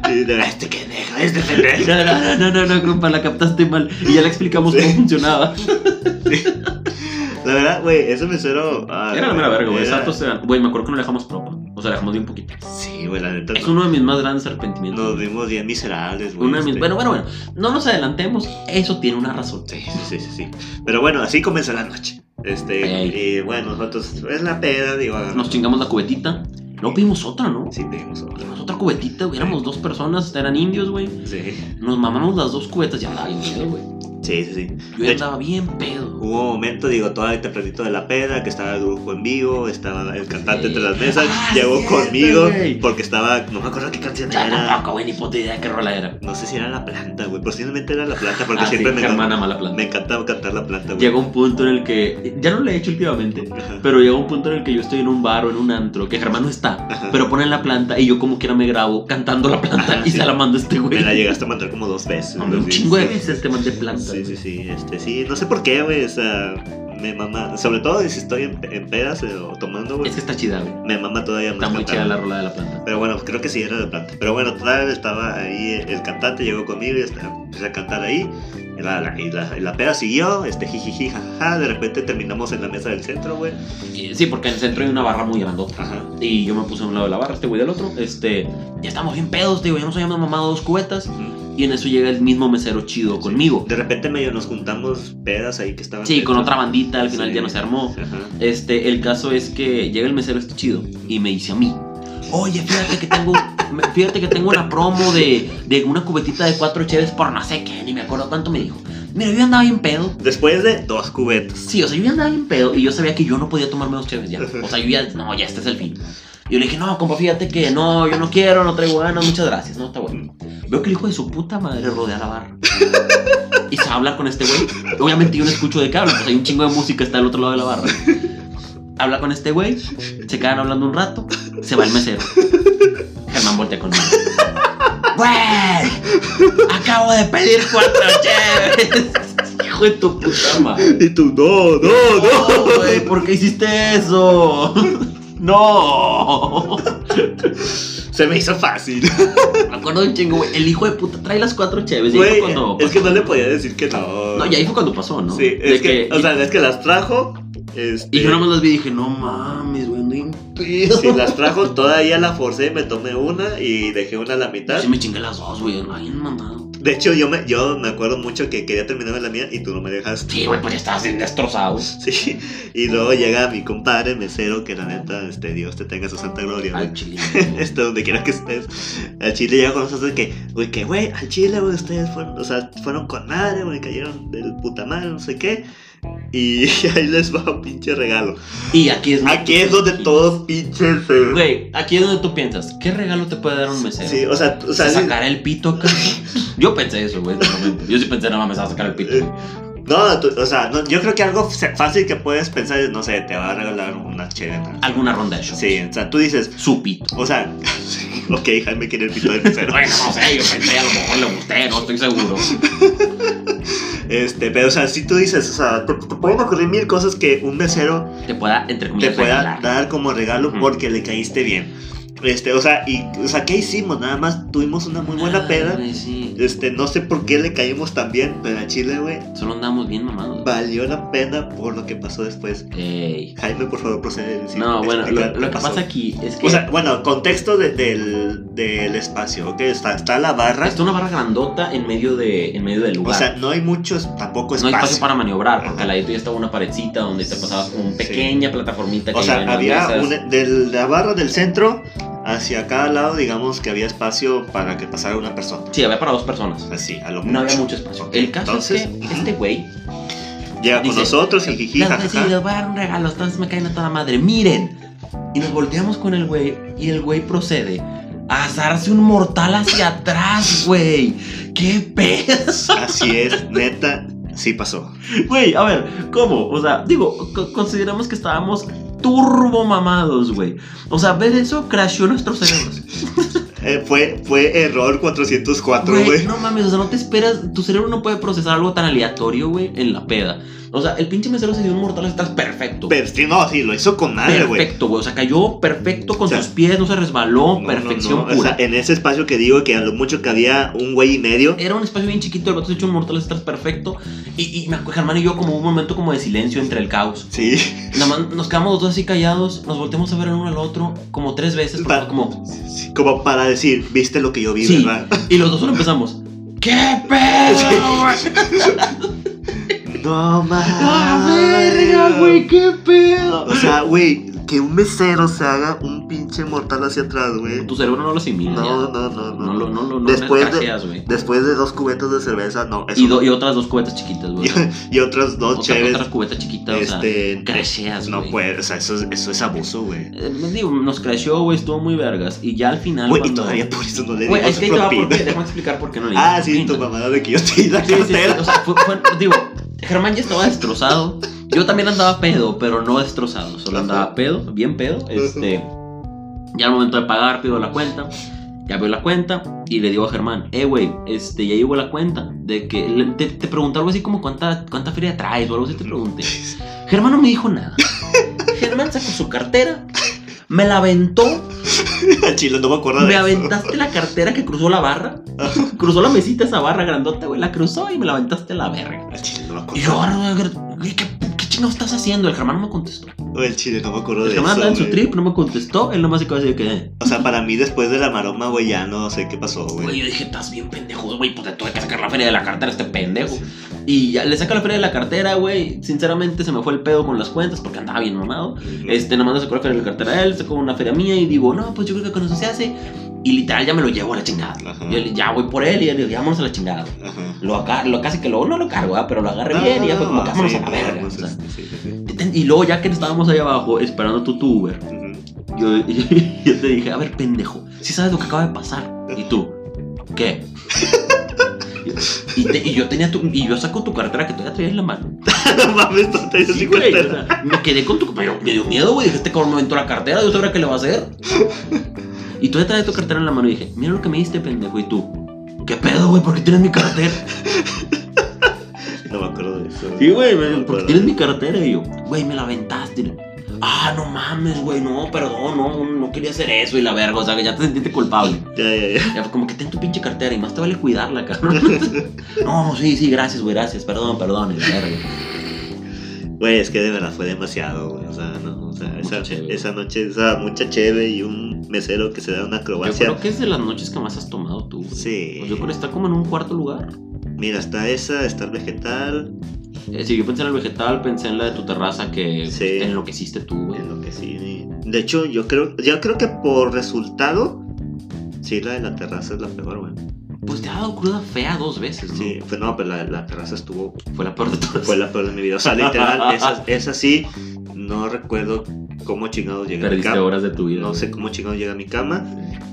S2: Y de, este que dejo, este pendejo.
S1: No, no, no, no, no, compa, la captaste mal. Y ya le explicamos cómo funcionaba.
S2: La verdad, güey, ese mesero. ah,
S1: Era la mera verga, güey.
S2: era-
S1: Exactos eran. Güey, me acuerdo que no le dejamos propa. O sea, le dejamos bien poquito.
S2: Sí, güey, la neta.
S1: Es
S2: no-
S1: uno de mis más grandes arrepentimientos.
S2: Nos vimos bien miserables, güey.
S1: Uno de mis-
S2: este.
S1: Bueno, bueno, bueno. No nos adelantemos. Eso tiene una razón.
S2: Sí, sí, sí, sí, sí. Pero bueno, así comenzó la noche. Este,
S1: Ey.
S2: y bueno, nosotros, es la peda, digo.
S1: Nos chingamos la cubetita. No pedimos otra, ¿no?
S2: Sí, pedimos otra.
S1: Pedimos otra cubetita, güey. Éramos dos personas, eran indios, güey.
S2: Sí,
S1: Nos mamamos las dos cubetas. Ya andaba bien pedo, güey.
S2: sí, sí. sí.
S1: Yo
S2: De
S1: ya
S2: hecho-
S1: andaba bien pedo. güey.
S2: Hubo un momento, digo, todavía tempranito de la peda, que estaba el grupo en vivo, estaba el cantante
S1: Sí.
S2: entre las mesas,
S1: Ah,
S2: llegó
S1: cierto,
S2: conmigo,
S1: güey.
S2: porque estaba, no me acuerdo qué canción
S1: Ya
S2: era.
S1: tampoco, güey, ni puta idea de qué rola era.
S2: No sé si era la planta, güey. Posiblemente era la planta, porque
S1: Ah, sí,
S2: siempre me,
S1: Germana
S2: encantaba,
S1: Mala Planta.
S2: me encantaba cantar la planta, güey.
S1: Llegó un punto en el que. Ya no lo he hecho últimamente.
S2: Ajá.
S1: Pero llega un punto en el que yo estoy en un bar o en un antro, que Germán no está,
S2: Ajá.
S1: pero ponen la planta y yo como quiera me grabo cantando la planta
S2: Ajá,
S1: y
S2: sí.
S1: se la mando a este güey.
S2: Me la llegaste a mandar como dos veces.
S1: Hombre, un
S2: así.
S1: chingo de veces te mandé planta.
S2: Sí, sí, sí, este, sí, no sé por qué, güey, o sea, me mama, sobre todo si estoy en, en pedas eh, o tomando, güey,
S1: Es que está chida, güey.
S2: me mama todavía más
S1: Está muy chida
S2: cantar.
S1: la rola de la planta.
S2: Pero bueno, creo que sí era de planta. Pero bueno, total, estaba ahí el cantante, llegó conmigo y hasta empecé a cantar ahí. Y la, la- y la- y la peda siguió, este jijiji, jajaja. De repente terminamos en la mesa del centro, güey.
S1: Y- Sí, porque en el centro hay una barra muy grandota.
S2: Ajá.
S1: Y yo me puse a un lado de la barra, este güey del otro. Este, ya estamos bien pedos, te digo, ya nos habíamos mamado dos cubetas.
S2: Ujú.
S1: Y en eso llega el mismo mesero chido conmigo.
S2: De repente medio nos juntamos pedas ahí que estaban.
S1: Sí, con otra bandita, al final
S2: Sí.
S1: ya no se armó.
S2: Ajá.
S1: Este, el caso es que llega el mesero este chido y me dice a mí, oye, fíjate que tengo, me- fíjate que tengo una promo de, de una cubetita de cuatro cheves por no sé qué, ni me acuerdo cuánto me dijo. Mira, yo ya andaba bien pedo.
S2: Después de dos cubetas.
S1: Sí, o sea, yo ya andaba bien pedo y yo sabía que yo no podía tomarme dos cheves ya. O sea, yo ya, no, ya este es el fin. Y yo le dije, no, compa, fíjate que no, yo no quiero, no traigo ganas, muchas gracias, no, está bueno. Veo que el hijo de su puta madre rodea la barra. Y se va a hablar con este güey. Obviamente yo no escucho de qué hablan, pues hay un chingo de música, está al otro lado de la barra. Habla con este güey, se quedan hablando un rato, se va el mesero. Germán voltea conmigo. ¡Güey! Acabo de pedir cuatro cheves. Hijo de tu puta madre.
S2: Y tú, no, no, no.
S1: No, güey, ¿por qué hiciste eso? No.
S2: Se me hizo fácil.
S1: Me acuerdo de un chingo, güey. El hijo de puta trae las cuatro cheves. Y ahí
S2: Güey,
S1: fue cuando.
S2: es que no le podía decir que no.
S1: No, y ahí fue cuando pasó, ¿no?
S2: Sí,
S1: De
S2: es que, o sea, es que las trajo. Este,
S1: Y yo nomás las vi y dije, no mames, güey, ando bien pedo.
S2: Si las trajo, todavía la forcé, me tomé una y dejé una a la mitad.
S1: Sí, me chingué las dos, güey. No, bien mamado.
S2: De hecho, yo me, yo me acuerdo mucho que quería terminar la mía y tú no me dejaste.
S1: Sí, güey, pues ya estabas bien destrozado.
S2: Sí. Y luego llega mi compadre mesero, que la neta, este, Dios te tenga su santa gloria, güey.
S1: Al chile.
S2: Este, donde quiera que estés. Al chile llega con nosotros de que, güey, que, güey, al chile, güey, ustedes fueron, o sea, fueron con madre, güey, cayeron del puta madre, no sé qué. Y ahí les va un pinche regalo.
S1: Y aquí es
S2: Aquí es donde todos pinches. se-
S1: Güey, aquí es donde tú piensas, ¿qué regalo te puede dar un mesero?
S2: Sí, o sea, o sea, sí-
S1: sacar el pito acá. Yo pensé eso, güey, en ese momento. Yo sí pensé, no mames, a sacar el
S2: Eh.
S1: pito.
S2: No, tú- o sea, no, yo creo que algo se- fácil que puedes pensar es, no sé, te va a regalar una chilena.
S1: Alguna ronda de shows.
S2: Sí, o sea, tú dices,
S1: Su pito.
S2: o sea, sí, ok, Jaime quiere el pito del mesero.
S1: Bueno, no sé, yo pensé, a lo mejor le gusté, no estoy seguro.
S2: Este, pero o sea, si tú dices, o sea, te, te pueden ocurrir mil cosas que un mesero
S1: Te pueda, entre
S2: te
S1: comillas,
S2: pueda
S1: regalar.
S2: dar como regalo
S1: Ujú.
S2: porque le caíste bien. Este, o sea, y, o sea, ¿qué hicimos? Nada más tuvimos una muy buena
S1: Ay,
S2: peda.
S1: Ah, güey, sí.
S2: Este, no sé por qué le caímos tan bien, pero a Chile, güey,
S1: Solo andamos bien mamados.
S2: valió la pena por lo que pasó después.
S1: Ey.
S2: Jaime, por favor, procede a decir.
S1: No, bueno,
S2: explica
S1: lo,
S2: qué
S1: lo que
S2: pasó.
S1: pasa aquí es que
S2: O sea, bueno, contexto de- del, del espacio, ¿ok? Está, está la barra,
S1: está una barra grandota en medio, de, en medio del
S2: o
S1: lugar.
S2: sea, no hay mucho, es- tampoco
S1: no
S2: espacio.
S1: hay espacio para maniobrar, porque
S2: Ajá.
S1: al ladito ya estaba una paredcita donde te pasabas con una
S2: Sí.
S1: pequeña plataformita que
S2: o sea,
S1: iba en
S2: había
S1: las mesas.
S2: una- de la barra del centro hacia cada lado, digamos que había espacio para que pasara una persona.
S1: Sí, había para dos personas.
S2: Así, a lo
S1: No había
S2: mucho.
S1: mucho espacio.
S2: Ok,
S1: El caso es
S2: entonces,
S1: que este güey
S2: Llega con
S1: dice,
S2: nosotros y jiji,
S1: Les
S2: jajaja.
S1: decía, les voy a dar un regalo, entonces me caen a toda madre. Miren. Y nos volteamos con el güey y el güey procede a asarse un mortal hacia atrás, güey. ¿Qué pedo?
S2: Así es, neta, sí pasó.
S1: Güey, a ver, ¿cómo? O sea, digo, co- consideramos que estábamos turbo mamados, güey. O sea, ver eso crashó nuestros cerebros.
S2: Eh, fue, fue error 404,
S1: Güey,
S2: güey.
S1: no mames, o sea, no te esperas, tu cerebro no puede procesar algo tan aleatorio, güey, en la peda. O sea, el pinche mesero se dio un mortal hacia atrás perfecto.
S2: Pero sí, no, sí, lo hizo con madre, güey.
S1: Perfecto, güey. O sea, cayó perfecto con
S2: O sea,
S1: sus pies, no se resbaló,
S2: No, no,
S1: perfección
S2: no,
S1: pura.
S2: O sea, eh, en ese espacio que digo que a lo mucho que había un güey y medio.
S1: Era un espacio bien chiquito, el vato se echó un mortal atrás perfecto. Y, y me acuerdo, Germán y yo, como un momento como de silencio entre el caos.
S2: Sí.
S1: Nada más nos quedamos los dos así callados, nos volteamos a ver el uno al otro como tres veces, porque
S2: Pa-
S1: como.
S2: Sí, Como para decir, viste lo que yo vi,
S1: Sí.
S2: ¿verdad?
S1: Y los dos solo empezamos. ¡Qué pedo! güey?
S2: No
S1: ¡La
S2: mames.
S1: verga, güey! ¡Qué pedo!
S2: ¡Ah, O sea, güey, que un mesero se haga un pinche mortal hacia atrás, güey.
S1: Tu cerebro no lo asimila.
S2: No,
S1: ya.
S2: no, no, no.
S1: No lo, no lo, no
S2: Después
S1: lo
S2: de-
S1: trajeas, güey.
S2: Después de dos cubetas de cerveza, no. eso
S1: Y, do-
S2: no.
S1: y otras dos cubetas chiquitas, güey. o sea,
S2: Y otras dos
S1: Otra,
S2: chéves.
S1: otras cubetas chiquitas, o sea.
S2: este.
S1: Crasheas,
S2: no
S1: güey.
S2: puede, o sea, eso, es- eso es abuso, güey.
S1: Eh, digo, nos crasheó, güey, estuvo muy vergas. Y ya al final.
S2: Güey, y
S1: cuando-
S2: todavía por eso no le
S1: Güey,
S2: dimos
S1: es que ahí te va
S2: propina.
S1: porque. Déjame explicar por qué no le dimos
S2: Ah, sí,
S1: propina.
S2: tu mamada de que yo te di la
S1: Sí, sí, sí,
S2: cartera.
S1: O sea, fue- fue- digo, Germán ya estaba destrozado. Yo también andaba pedo, pero no destrozado. Solo andaba pedo, bien pedo. Este. Ya al momento de pagar, pido la cuenta. Ya veo la cuenta y le digo a Germán, eh, güey, este, ya llegó la cuenta. De que le- te, te pregunté algo así como cuánta, cuánta feria traes o algo así te pregunté. Germán no me dijo nada. Germán sacó su cartera, me la aventó,
S2: Al Chile no me acuerdo de
S1: me
S2: eso.
S1: aventaste la cartera que cruzó la barra, cruzó la mesita esa barra grandota, güey, la cruzó y me la aventaste a la verga.
S2: Al Chile no me
S1: Y
S2: acuerdo.
S1: yo, "Arre, güey, ¿qué, qué chingados estás haciendo? El Germán no me contestó.
S2: Güey, El Chile no me acuerdo
S1: El
S2: de
S1: Germán
S2: eso.
S1: andaba en su
S2: güey.
S1: trip, no me contestó, él nomás se quedó así de que... "Eh".
S2: O sea, para mí después de la maroma, güey, ya no sé qué pasó,
S1: Güey,
S2: güey.
S1: yo dije, estás bien pendejo, güey, pues te tuve que sacar la feria de la cartera a este pendejo. Y ya le saca la feria de la cartera, güey. Sinceramente se me fue el pedo con las cuentas porque andaba bien mamado. Este, nomás le sacó la feria de la cartera a él, sacó una feria mía y digo, no, pues yo creo que con eso se hace. Y literal ya me lo llevo a la chingada.
S2: Ajá.
S1: Yo le- ya voy por él y ya le digo, ya vámonos a la chingada.
S2: Ajá.
S1: Lo, agar- lo casi que lo, no lo cargo, ah, pero lo agarré bien y ya fue como, que "Ah, vámonos a la verga. o sea.
S2: este,
S1: Y luego ya que estábamos ahí abajo esperando tu, tu Uber, yo, yo te dije, a ver, pendejo, si sabes lo que acaba de pasar. Y tú, ¿qué? Y, te- y yo tenía tu, y yo saco tu cartera que todavía traías en la mano.
S2: No mames, tú traes
S1: Sí,
S2: así
S1: güey, o
S2: cuenta.
S1: sea, me quedé con tu pero me dio miedo, güey. Dije, este cabrón me aventó la cartera, Dios sabrá qué le va a hacer. Y todavía traía tu cartera en la mano y dije, mira lo que me diste, pendejo. Y tú, ¿qué pedo, güey? ¿Por qué tienes mi cartera?
S2: No me acuerdo de eso.
S1: Sí, güey,
S2: No me
S1: me- porque
S2: acuerdo.
S1: tienes mi cartera y yo, güey, me la aventaste. Ah, no mames, güey, no, perdón, no, no quería hacer eso y la verga, o sea, que ya te sentiste culpable.
S2: Ya, ya, ya.
S1: Ya fue como que ten tu pinche cartera y más te vale cuidarla, cabrón. no, sí, sí, gracias, güey, gracias, perdón, perdón, y la verga.
S2: Güey, es que de verdad fue demasiado, güey. O sea, no, o sea, esa,
S1: Mucha cheve.
S2: esa noche, esa mucha cheve y un mesero que se da una
S1: Yo
S2: acrobacia.
S1: creo que es de las noches que más has tomado tú, güey. Pues
S2: Sí.
S1: Yo creo que está como en un cuarto lugar.
S2: Mira, está esa, está el vegetal,
S1: Eh, si yo pensé en el vegetal, pensé en la de tu terraza que
S2: Sí.
S1: te enloqueciste tú, güey.
S2: en lo que sí. De hecho, yo creo, yo creo que por resultado, sí, la de la terraza es la peor, güey.
S1: Pues te ha dado cruda fea dos veces, ¿no?
S2: Sí, fue, no, pero la, la terraza estuvo,
S1: Fue la peor de todas.
S2: fue la peor de mi vida. O sea, literal, esa, esa sí, no recuerdo cómo chingados llegué a mi
S1: Perdiste
S2: cama.
S1: horas de tu vida.
S2: No
S1: güey.
S2: sé cómo chingados llegué a mi cama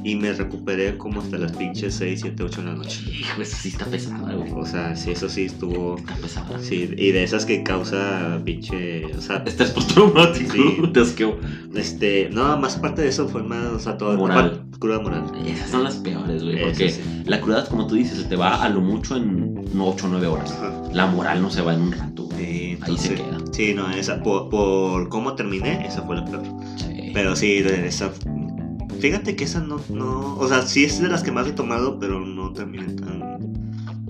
S2: y me recuperé como hasta las pinches 6, 7, 8 de la noche.
S1: Hijo, eso sí está pesada, güey.
S2: O sea, sí, eso sí estuvo.
S1: Está pesada.
S2: Sí, y de esas que causa pinche. O sea,
S1: Estrés postraumático.
S2: Sí.
S1: Te asqueo.
S2: este. No, más parte de eso fue más. O sea, todo.
S1: Moral.
S2: pa- Cruda moral.
S1: Esas son las peores, güey.
S2: Eso
S1: Porque
S2: sí.
S1: la cruda, como tú dices, se te va a lo mucho en 8 o 9 horas.
S2: Ajá.
S1: La moral no se va en un rato, güey.
S2: Sí,
S1: Ahí se
S2: entonces-
S1: queda.
S2: Sí, no, esa. Por, por cómo terminé, esa fue la peor.
S1: Sí.
S2: Pero sí, de esa. Fíjate que esa no, no. O sea, sí es de las que más he tomado, pero no terminé tan.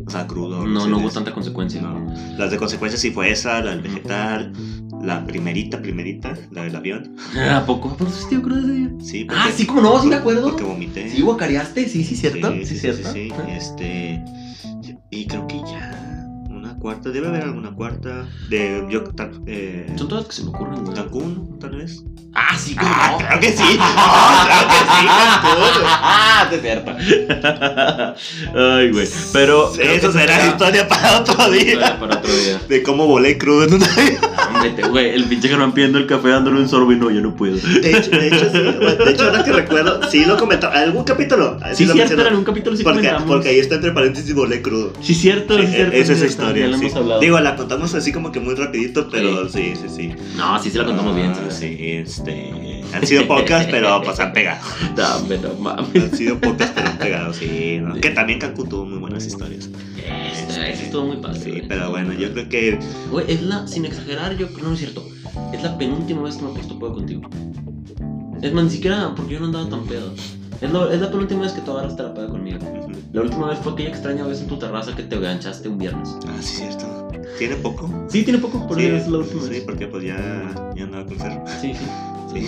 S2: O sea, crudo.
S1: no,
S2: sé,
S1: no
S2: de-
S1: hubo tanta consecuencia.
S2: No. Las de consecuencias sí fue esa, la del vegetal, la primerita, primerita, la del avión.
S1: ¿A poco? ¿Por qué tío cruda ese día?
S2: Sí,
S1: Ah, sí, como no, sí me acuerdo.
S2: Porque vomité.
S1: Sí, guacareaste, sí, sí, cierto.
S2: Eh. Sí, sí, sí,
S1: cierto.
S2: sí, sí, Este. Y creo que ya. Una cuarta. Debe haber alguna cuarta. De. Yo. ta- eh,
S1: Son todas las que se me ocurren, güey.
S2: Cancún, tal vez.
S1: Ah, sí, como
S2: Ah,
S1: no.
S2: claro que sí. Ah, claro que sí, Cancún.
S1: Ah, es cierto.
S2: Ah,
S1: Ay, güey. Pero. creo
S2: Eso
S1: que
S2: será
S1: será-
S2: historia para otro día.
S1: Para para otro día.
S2: De cómo volé crudo en un avión.
S1: No, vete, güey, el pinche Germán pidiendo el café dándole un sorbo y no, yo no puedo. Sí,
S2: De hecho, de hecho, sí, güey, de hecho, ahora que recuerdo, sí lo comentaba. ¿Algún capítulo? Sí, lo
S1: cierto,
S2: mencionó.
S1: en un capítulo sí
S2: porque,
S1: comentamos.
S2: porque ahí está entre paréntesis volé crudo.
S1: Sí, cierto,
S2: Sí,
S1: sí, cierto.
S2: esa es
S1: sí,
S2: la
S1: está, Ya
S2: historia.
S1: la
S2: sí.
S1: hemos hablado.
S2: Digo, la contamos así como que muy rapidito, pero sí, sí, sí.
S1: no, sí, se la contamos bien.
S2: Ah,
S1: sí,
S2: Sí, este. Han sido pocas, pero pues han pegado.
S1: No, hombre, no mames.
S2: Han sido pocas, pero han pegado, sí. ¿no? Que también Cancún tuvo muy buenas historias.
S1: Eso Este, estuvo muy padre.
S2: Sí,
S1: güey.
S2: pero bueno, yo creo que.
S1: Güey, es la, sin exagerar, yo no, no es cierto. Es la penúltima vez que me he puesto pedo contigo. Es más, ni siquiera porque yo no andaba tan pedo. Es, lo- es la penúltima vez que tú agarraste la peda conmigo. La última vez fue aquella extraña vez en tu terraza que te ganchaste un viernes.
S2: Ah, sí, cierto. ¿Tiene poco?
S1: Sí, tiene poco, por
S2: sí,
S1: eso es la última
S2: sí,
S1: vez.
S2: porque pues ya, ya andaba con cero.
S1: Sí, sí.
S2: Sí.
S1: Sí.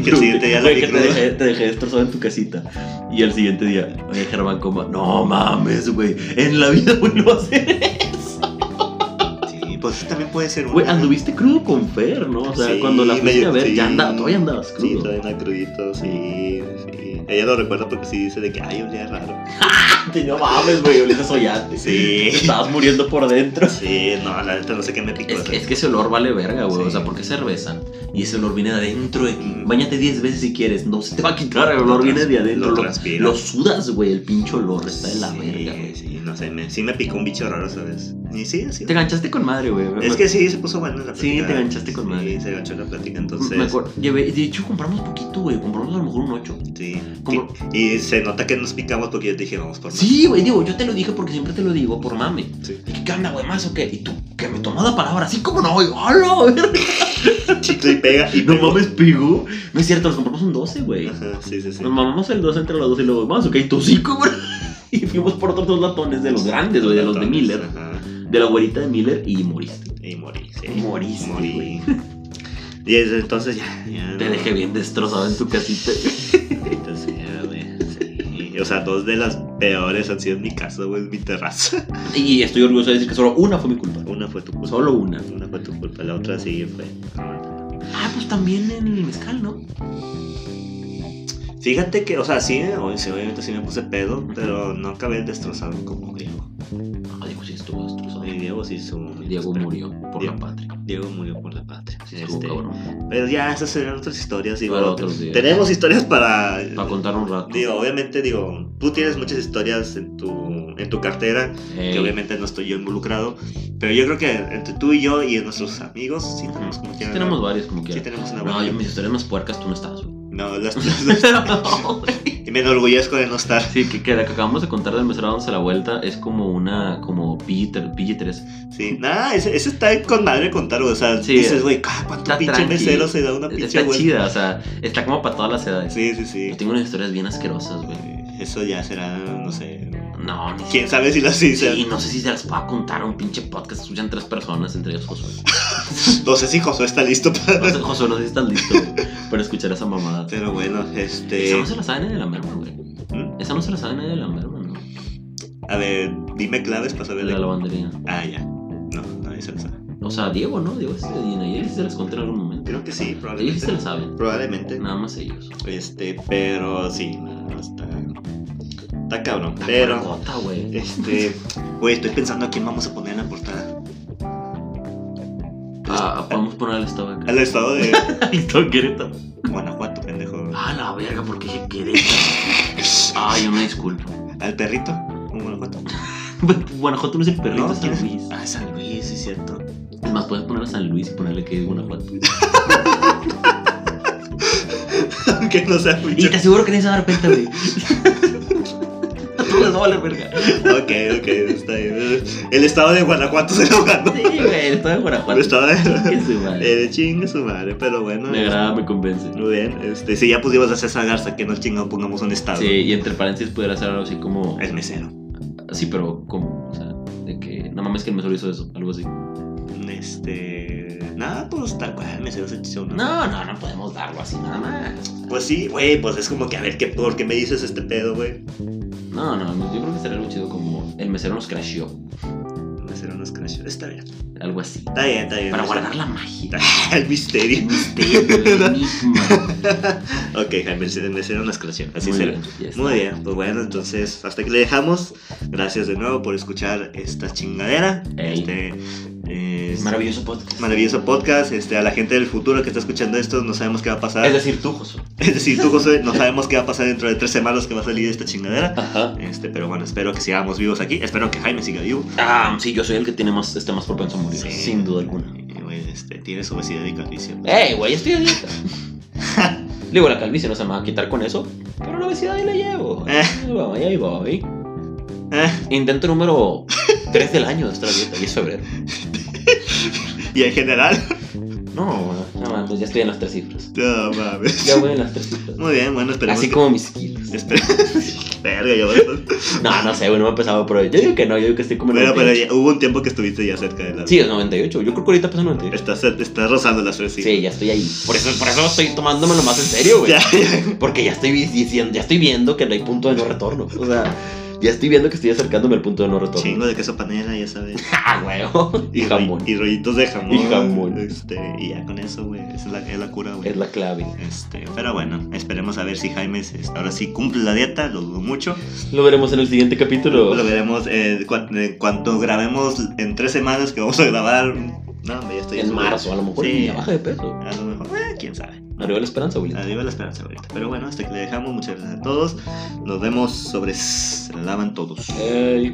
S2: Que el siguiente día la
S1: Oye,
S2: vi
S1: que te
S2: cruda.
S1: dejé, te dejé destrozado en tu casita. Y al siguiente día, oye, Germán, como, no mames, güey, en la vida güey, no va a hacer eso.
S2: Sí, pues también puede ser una.
S1: Güey, anduviste crudo con Fer, ¿no? O sea,
S2: Sí,
S1: cuando la fuiste
S2: medio-
S1: a ver,
S2: sí.
S1: ya andabas, todavía andabas
S2: Sí,
S1: crudo.
S2: todavía andaba crudito, sí, sí. Ella lo recuerda porque sí dice de que, ay, olía raro.
S1: Sí, Yate, no mames, güey, olías a soyate.
S2: Sí.
S1: Te Estabas muriendo por dentro.
S2: Sí, no, la neta no sé qué me picó.
S1: Es, es que ese olor vale verga, güey.
S2: Sí.
S1: O sea, ¿por qué cervezan? Y ese olor viene de adentro. güey.
S2: Mm.
S1: Bañate 10 veces si quieres. No se te va a quitar. El
S2: Lo
S1: olor
S2: trans-
S1: viene de adentro.
S2: lo
S1: Lo,
S2: transpira.
S1: lo sudas, güey. El pinche olor está de la
S2: Sí,
S1: verga, güey.
S2: Sí, no sé, me, sí me picó un bicho raro esa vez. Y sí, sí.
S1: Te ganchaste con madre, güey.
S2: Es que sí, se puso bueno la
S1: Sí,
S2: plática.
S1: te ganchaste con madre.
S2: Sí, se ganchó la
S1: Me
S2: plática, entonces.
S1: acuerdo. Llevé- de hecho, compramos poquito, güey. Compramos a lo mejor un 8.
S2: Sí.
S1: Como-
S2: Y, y se nota que nos picamos porque yo te dije, vamos por más.
S1: Sí, güey. Digo, yo te lo dije porque siempre te lo digo por mame.
S2: Sí.
S1: ¿Y qué onda, güey? ¿Más o qué? Y tú, que me tomó la palabra. Así como no, güey. ¡Hala, verga!
S2: Chicle y pega. Y
S1: No
S2: pegó.
S1: mames, pegó. No es cierto, nos compramos un 12, güey.
S2: Ajá, sí, sí, sí.
S1: Nos mamamos el 2 entre los dos y luego, vamos, ok, tu 5, güey. Y fuimos por otros dos latones de los grandes, güey, de los de
S2: Entonces,
S1: Miller.
S2: Ajá.
S1: De la güerita de Miller y moriste.
S2: Y morí, sí.
S1: Moriste, güey.
S2: Y desde entonces ya. ya
S1: Te
S2: no-
S1: dejé bien destrozado en tu casita.
S2: Maldita sea, güey. Sí. O sea, dos de las peores han sido en mi casa, güey, en mi terraza.
S1: Y estoy orgulloso de decir que solo una fue mi culpa.
S2: Una fue tu culpa.
S1: Solo una.
S2: Una fue tu culpa, la otra sí fue.
S1: Ah, pues también en el mezcal, ¿no?
S2: Fíjate que, o sea, sí, o- sí, obviamente sí me puse pedo, pero no acabé destrozado como Diego.
S1: Ah, Diego sí estuvo destrozado.
S2: Y Diego sí estuvo muy
S1: Diego
S2: desesperado.
S1: murió por la patria.
S2: Diego murió por la patria.
S1: Sí, estuvo
S2: Este,
S1: cabrón.
S2: pero ya, esas serán otras historias. Digo,
S1: Para
S2: te-
S1: otros días.
S2: Tenemos historias para.
S1: Para contar un rato.
S2: Digo, eh, obviamente, digo, tú tienes muchas historias en tu, en tu cartera.
S1: Ey,
S2: que obviamente no estoy yo involucrado, pero yo creo que entre tú y yo y nuestros amigos sí tenemos como
S1: sí
S2: quiera-
S1: tenemos varios como
S2: sí
S1: quieras.
S2: tenemos una
S1: No,
S2: buena-
S1: yo mis historias más puercas tú no estabas, güey.
S2: No, las, las- y me enorgullezco de no estar.
S1: Sí, que, que la que acabamos de contar del mesero dándose la vuelta es como una, como PG-3. PG-3.
S2: Sí, nada, ese, ese está con madre contar, güey, o sea,
S1: Sí, eh,
S2: dices, güey, ah, ¿cuánto
S1: está
S2: pinche
S1: tranqui.
S2: mesero se da una pinche
S1: Está
S2: vuelta?
S1: chida, o sea, está como para todas las edades.
S2: Sí, sí, sí. Eh,
S1: Yo tengo unas historias bien asquerosas, güey.
S2: Eso ya será, no sé.
S1: No, ni
S2: Quién sabe si las hice.
S1: Y no sé si se las puedo contar a un pinche podcast. Escuchan tres personas, entre ellos Josué.
S2: No sé si Josué está listo para.
S1: No sé, Josué, no sé si estás listo güey, para escuchar esa mamada.
S2: Pero bueno,
S1: Esa
S2: este.
S1: no se la sabe nadie de la merma, güey.
S2: ¿Mm?
S1: Esa no se la sabe nadie de la merma, ¿no?
S2: A ver, Ah, dime claves para saber.
S1: De la
S2: de-
S1: lavandería.
S2: Ah, ya. No, nadie se lo sabe.
S1: O sea, Diego, ¿no? Diego es de Dina. Y él se las conté en algún momento.
S2: Creo que sí,
S1: Ellos sí se
S2: probablemente.
S1: las saben.
S2: Probablemente.
S1: Nada más ellos.
S2: Este, pero sí, no, está. Está cabrón. Pero,
S1: Cota, güey.
S2: este. Güey, estoy pensando a quién vamos a poner en la portada.
S1: Ah, podemos poner al estado acá.
S2: Al estado de
S1: estado Querétaro.
S2: Guanajuato, pendejo.
S1: Ah, la verga, porque dije Ah, Querétaro. Ay, una disculpa.
S2: Al perrito. Un Guanajuato.
S1: Guanajuato no es el perrito,
S2: No,
S1: es
S2: ¿quién
S1: San
S2: es?
S1: Luis.
S2: Ah, San Luis, sí, es cierto.
S1: Es más, puedes poner a San Luis y ponerle que es Guanajuato.
S2: Aunque no sea
S1: Y
S2: mucho.
S1: te aseguro que nadie se va a dar cuenta, güey. No les vale verga.
S2: Ok, ok, está bien. El estado de Guanajuato se lo ganó.
S1: Sí, güey, el estado de Guanajuato.
S2: El estado de.
S1: Chingue su madre.
S2: Eh, de chingue su madre, pero bueno.
S1: Me agrada, me convence.
S2: Muy bien, este, si ya pusimos a César Garza, que no chingado pongamos un estado.
S1: Sí, y entre paréntesis pudiera ser algo así como.
S2: El mesero.
S1: Sí, pero como. O sea, de que. No mames que el mesero hizo eso, algo así.
S2: Este. Nada, pues tal cual, el mesero se echó una-
S1: No, no, no podemos darlo así nada más.
S2: Pues sí, güey, pues es como que a ver, ¿qué, ¿por qué me dices este pedo, güey?
S1: No, no, yo creo que será algo chido como. El mesero nos crasheó.
S2: El mesero no es crash. Está bien,
S1: Algo así.
S2: está bien, está bien.
S1: Para
S2: mesero.
S1: guardar la magia.
S2: el misterio.
S1: El misterio, el enigma.
S2: Ok, Jaime, el mesero no es crash. Así
S1: Muy
S2: será.
S1: bien, ya está.
S2: Muy bien, pues bueno, entonces hasta aquí le dejamos. Gracias de nuevo por escuchar esta chingadera.
S1: Ey.
S2: Este. eh,
S1: Es maravilloso podcast.
S2: Maravilloso podcast, este, a la gente del futuro que está escuchando esto, no sabemos qué va a pasar.
S1: Es decir, tú, Josué.
S2: Es decir, tú, José, no sabemos qué va a pasar dentro de tres semanas que va a salir esta chingadera.
S1: Ajá.
S2: Este, pero bueno, espero que sigamos vivos aquí. Espero que Jaime siga vivo.
S1: Ah, sí, yo soy el que tiene más, está más propenso a morir,
S2: Sí.
S1: sin duda alguna.
S2: Y, güey, este, tienes obesidad y calvicie.
S1: Ey, güey, estoy a dieta. Digo, la calvicie no se me va a quitar con eso, pero la obesidad ahí la llevo.
S2: Eh.
S1: Ahí voy, ahí voy.
S2: Ah,
S1: Intento número 3 del año de estar a dieta, y es febrero.
S2: y en general.
S1: No, nada más, pues ya estoy en las tres cifras.
S2: No mames.
S1: Ya voy en las tres cifras.
S2: Muy bien, bueno, esperemos
S1: Así
S2: que.
S1: como mis kilos.
S2: esper- Verga, ya voy.
S1: No, no sé, güey, no me he empezado, pero yo digo que no, yo digo que estoy como en
S2: Bueno, pero
S1: 98.
S2: ya- hubo un tiempo que estuviste ya cerca de la.
S1: Sí, es 98, yo creo que ahorita pasa 98.
S2: Estás, estás rozando las tres
S1: Sí.
S2: cifras.
S1: ya estoy ahí. Por eso, por eso estoy tomándomelo más en serio, güey.
S2: Ya, ya.
S1: Porque ya estoy diciendo, ya estoy viendo que no hay punto de no retorno. O sea, Ya estoy viendo que estoy acercándome al punto de no retorno.
S2: Chingo de queso panela, ya sabes.
S1: ¡Ah, huevo! Y
S2: ro-
S1: jamón.
S2: Y rollitos de jamón.
S1: Y jamón.
S2: Este, y ya con eso, güey. Esa es la, es la cura, güey.
S1: Es la clave.
S2: Este, pero bueno, esperemos a ver si Jaime se- ahora sí cumple la dieta, lo dudo mucho.
S1: Lo veremos en el siguiente capítulo.
S2: Lo veremos eh, cua- eh, cuando grabemos en tres semanas que vamos a grabar. No, hombre, ya estoy
S1: En
S2: seguro.
S1: marzo, a lo mejor.
S2: Sí.
S1: ya baja de peso.
S2: A lo mejor, eh, quién sabe.
S1: Arriba la esperanza, Willy.
S2: Arriba la esperanza ahorita. Pero bueno, hasta que le dejamos. Muchas gracias a todos. Ah. Nos vemos sobre. Se la lavan todos.
S1: Ey.